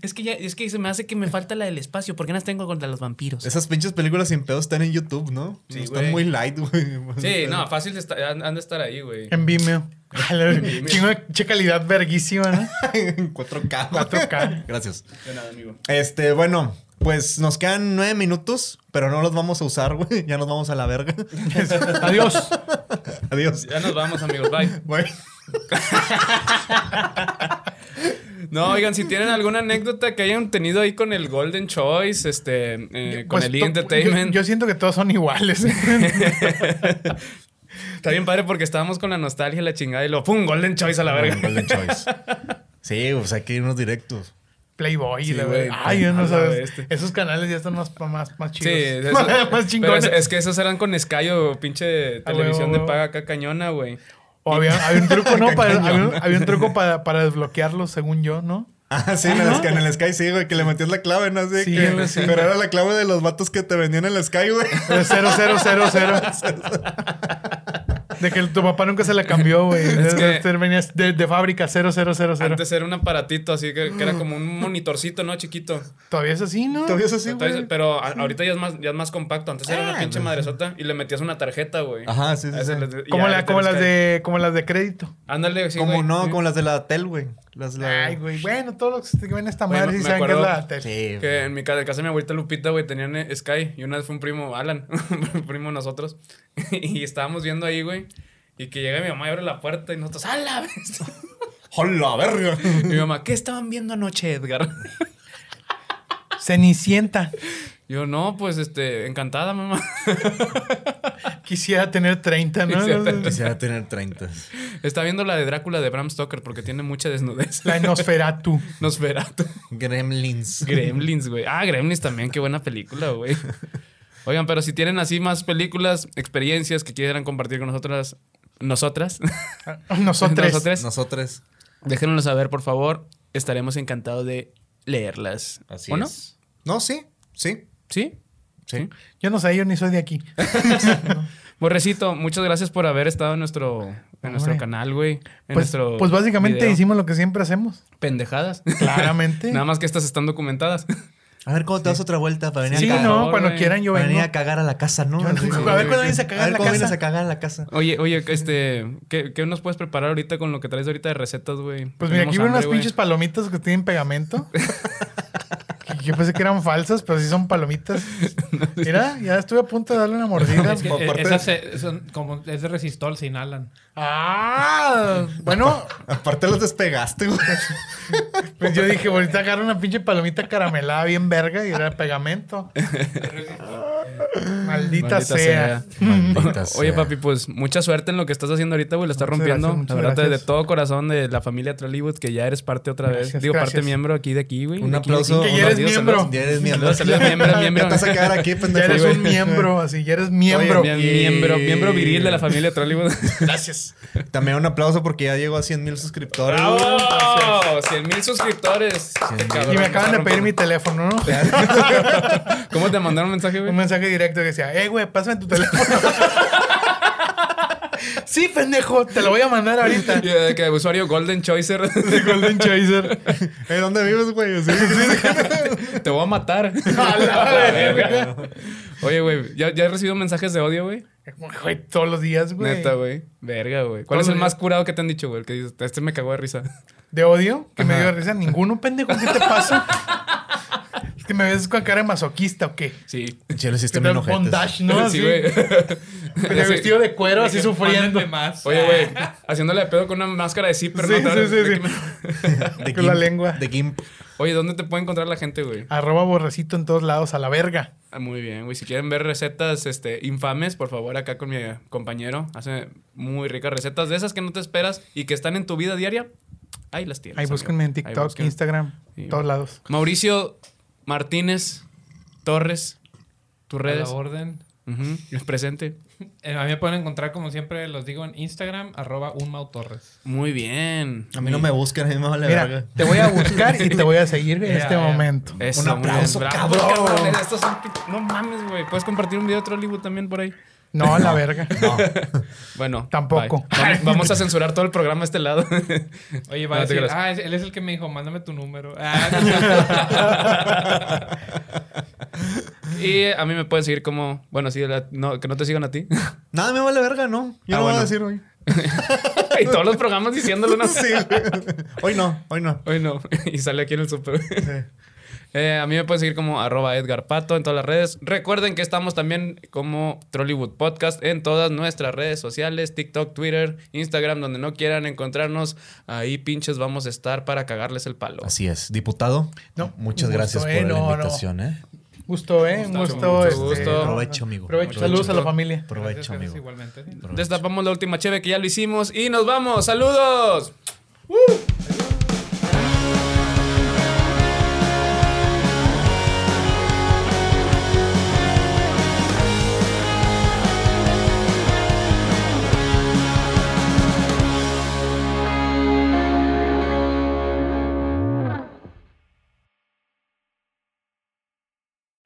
C: es que ya, es que se me hace que me falta la del espacio, porque las tengo contra los vampiros.
D: Esas pinches películas sin pedo están en YouTube, ¿no?
C: Sí,
D: están
C: güey.
D: muy light, güey.
C: Sí, no, fácil de estar- han, han de estar ahí, güey.
F: En Vimeo. A la-
C: Vimeo.
F: Chingo de che calidad verguísima, ¿no?
D: en 4K.
F: 4K.
D: Gracias.
C: De nada, amigo.
D: Este, bueno, pues nos quedan nueve minutos, pero no los vamos a usar, güey. Ya nos vamos a la verga.
F: Adiós.
D: Adiós.
C: Ya nos vamos, amigos. Bye.
D: Güey.
C: No, oigan, si tienen alguna anécdota que hayan tenido ahí con el Golden Choice, este, eh, con
F: Pues,
C: el E!
F: to-
C: Entertainment.
F: Yo, yo siento que todos son iguales.
C: Está bien padre porque estábamos con la nostalgia y la chingada y lo ¡pum! Golden Choice a la verga.
I: Golden Choice. Sí,
D: pues,
I: o sea, que hay unos directos.
F: Playboy,
C: Sí,
F: la
C: güey,
F: verdad. Ay, yo
C: a
F: no
C: la
F: sabes.
C: bestia.
F: Esos canales ya están más, más, más
C: este. Sí,
F: chidos.
C: eso-
F: más
C: pero
F: chingones.
C: es, es que esos eran con Escayo, pinche televisión
F: huevo.
C: de paga acá cañona, güey.
F: O había, había un truco, ¿no? Para,
D: Cañón.
F: había, un- había un truco para, para desbloquearlos, según yo, ¿no?
D: Ah, sí, en el, Sky, en el Sky sí, güey, que le metías la clave, ¿no? Así
F: Sí,
D: que-
F: güey, sí.
D: Pero era la clave de los vatos que te vendían el Sky, güey.
F: Pero cero, cero, cero, cero. De que tu papá nunca se la cambió, güey.
C: Es que-
F: Este venía De, de fábrica, cero, cero, cero, cero.
C: Antes era un aparatito así que, que era como un monitorcito, ¿no? Chiquito.
F: Todavía es así, ¿no?
D: Todavía es así,
C: Entonces,
D: güey.
C: pero a- ahorita ya es, más, ya es más compacto. Antes era una
F: Eh,
D: Ah,
C: pinche
D: güey.
C: madresota y le metías una tarjeta, güey.
D: Ajá, sí, sí,
C: A ese
D: sí.
C: le- y
F: Como,
C: ya
F: la,
C: le
F: como,
C: tenías
F: las
C: que-
F: de, como las de crédito.
C: Ándale, sí,
D: como
C: güey.
D: no,
C: Sí.
D: como las de la tel, güey. Las la...
F: Ay, güey. Bueno, todos los que ven esta
C: Güey,
F: madre
C: me-
F: sí
C: me
F: saben que es
C: acuerdo-
F: la tele.
D: Sí, güey.
C: Que en mi casa, en casa de mi abuelita Lupita, güey, tenían eh, Sky. Y una vez fue un primo, Alan, un primo de nosotros. y estábamos viendo ahí, güey. Y que llega mi mamá y abre la puerta y nosotros, ¡a la bestia!
D: ¡Hola, verga!
C: Y mi mamá, ¿qué estaban viendo anoche, Edgar?
F: Cenicienta.
C: Yo, no, pues, este, encantada, mamá.
F: Quisiera tener 30, ¿no?
C: Quisiera tener-
I: Quisiera tener 30.
C: Está viendo la de Drácula de Bram Stoker porque tiene mucha desnudez.
F: La Nosferatu.
C: Nos verá.
D: Gremlins.
C: Gremlins, güey. Ah, Gremlins también, qué buena película, güey. Oigan, pero si tienen así más películas, experiencias que quieran compartir con nosotras, nosotras,
F: Nosotros.
C: Nosotres.
D: Nosotros.
C: déjenoslo saber, por favor. Estaremos encantados de leerlas.
I: Así
C: ¿O no?
I: es.
D: No, sí, sí.
C: ¿Sí?
D: Sí.
F: Yo no sé, yo ni soy de aquí.
C: Borrecito, muchas gracias por haber estado en nuestro, en nuestro
F: Hombre.
C: canal, güey. En
F: Pues,
C: nuestro
F: pues básicamente
C: video.
F: hicimos lo que siempre hacemos.
C: pendejadas.
F: Claramente.
C: Nada más que estas están documentadas.
I: A ver cómo te das otra vuelta para venir
F: Sí,
I: a cagar.
F: no,
E: Por
F: cuando
E: favor,
F: quieran yo
I: Para venir
F: vengo.
I: a cagar a la casa, ¿no?
F: Yo no-
I: Así de-
F: a ver cuándo vienes a
I: a
F: cagar a
I: ver
F: la
I: cómo vienes
F: casa.
I: a cagar a la casa.
C: Oye, oye, este, ¿qué, qué nos puedes preparar ahorita con lo que traes ahorita de recetas, güey?
F: Pues mira,
C: Tenemos
F: aquí veo
C: hambre,
F: unas
C: güey.
F: pinches palomitas que tienen pegamento. Que Yo pensé que eran falsas, pero sí son palomitas. Mira, ya estuve a punto de darle una mordida.
E: Es que, eh, esas se- son como es de resistol, se inhalan.
F: Ah, bueno,
I: Aparte los despegaste, güey.
F: pues yo dije, ahorita agarro una pinche palomita caramelada bien verga y era pegamento. Maldita,
C: Maldita
F: sea.
C: sea. Oye, papi, pues mucha suerte en lo que estás haciendo ahorita, güey. La estás
F: Muchas
C: rompiendo.
F: gracias, muchas
C: la verdad, de- de
F: gracias.
C: todo corazón de la familia Trollywood, que ya eres parte otra vez.
F: Gracias,
C: Digo, parte
F: gracias.
C: miembro aquí de aquí, güey.
I: Un
C: De aquí, de
I: aplauso.
C: aquí.
F: Que ya eres
C: Saludos,
F: miembro.
C: saludos.
I: Ya eres miembro.
C: Saludos, saludos, miembro, miembro.
I: Ya te vas a quedar aquí,
F: Ya
I: pendejo.
F: eres
I: güey.
F: un miembro, así, ya eres miembro.
C: Mie- Miembro,
I: Y-
C: miembro viril de la familia Trollywood.
F: Gracias.
I: También un aplauso porque ya llegó a 100 mil suscriptores.
C: ¡Bravo!
I: güey.
C: 100 mil suscriptores. Qué cabrón,
F: Y me acaban de
C: cabrón.
F: pedir mi teléfono, ¿no?
C: ¿Cómo te mandaron un mensaje,
F: Un
C: güey?
F: mensaje directo que decía, eh, güey, pásame tu teléfono. sí, pendejo, te lo voy a mandar ahorita.
C: Y, eh, Que usuario Golden Choicer.
F: Golden Chaser.
I: Eh, ¿Dónde vives, güey? Sí,
C: Te voy a matar.
F: A la verga.
C: Oye, güey, ¿ya, ¿ya has recibido mensajes de odio, güey?
F: Güey, todos los días, güey.
C: Neta, güey. Verga, güey. ¿Cuál
F: Todo
C: es el
F: bien.
C: más curado que te han dicho, güey? El que dices, este me cagó de risa.
F: ¿De odio? Que me
C: Ajá.
F: dio risa. Ninguno, pendejo, ¿qué te pasa? es que me ves con cara de masoquista o qué.
C: Sí.
I: Chelo, sí, está
F: Que te
I: bien
F: da
I: ojete.
F: bondage, ¿no?
C: sí,
F: Así,
C: güey.
F: de
C: Ya sé.
F: vestido de cuero, así
E: Dije,
F: sufriendo.
E: "Mándenme más.
C: Oye, güey, haciéndole de pedo con una máscara de zipper,
F: Sí,
C: ¿no?
F: sí, sí,
C: De que
F: sí.
I: De
F: Con la lengua.
I: De Gimp.
C: Oye, ¿dónde te puede encontrar la gente, güey?
F: Arroba borrecito en todos lados, a la verga.
C: Ah, muy bien, güey. Si quieren ver recetas este, infames, por favor, acá con mi compañero. Hace muy ricas recetas de esas que no te esperas y que están en tu vida diaria. Ahí las tienes.
F: Ahí
C: amigo.
F: búsquenme en
C: Ahí
F: TikTok,
C: búsquenme.
F: Instagram,
C: Sí.
F: todos lados.
C: Mauricio Martínez Torres, tus
E: A la
C: redes.
E: orden.
C: Ujú, es presente.
E: Eh, a mí me pueden encontrar, como siempre, los digo en Instagram, arroba unmautorres.
C: Muy bien.
I: A mí no me buscan, a mí me vale
F: Mira,
I: verga.
F: te voy a buscar y te voy a seguir en este
E: ya.
F: momento.
C: Eso,
I: Un
C: muy bien.
I: aplauso,
C: Bravo,
I: cabrón.
C: cabrones. Estos son pin- No mames, güey. Puedes compartir un video de Trollywood también por ahí.
F: No, a la verga.
C: Bueno.
F: Tampoco.
C: bye. Vamos, vamos a censurar todo el programa a este lado.
E: Oye, va
C: No,
E: a
C: te
E: decir,
C: creas.
E: ah, es- él es el que me dijo, mándame tu número. Ah,
C: y a mí me pueden seguir como. Bueno, sí, la- no, que no te sigan a ti.
I: Nada, me vale verga, ¿no? Yo
C: Ah,
I: no voy
C: bueno.
I: a decir hoy.
C: y todos los programas diciéndolo una
I: Sí. hoy no, hoy no.
C: Hoy no. y sale aquí en el super. Eh, a mí me pueden seguir como arroba Edgar Pato en todas las redes. Recuerden que estamos también como Trollywood Podcast en todas nuestras redes sociales, TikTok, Twitter, Instagram, donde no quieran encontrarnos. Ahí pinches vamos a estar para cagarles el palo.
I: Así es. Diputado,
F: No,
I: muchas
F: un
I: gracias
F: gusto, eh,
I: por
F: no, no.
I: la invitación, ¿eh?
F: Gusto, ¿eh? Un
C: Gustazo,
F: gusto.
C: mucho
F: este,
C: gusto.
I: Provecho, amigo.
F: Provecho.
I: Provecho.
F: Saludos a la familia.
I: Aprovecho, amigo.
E: Igualmente.
I: Provecho.
C: Destapamos la última cheve que ya lo hicimos y nos vamos. ¡Saludos!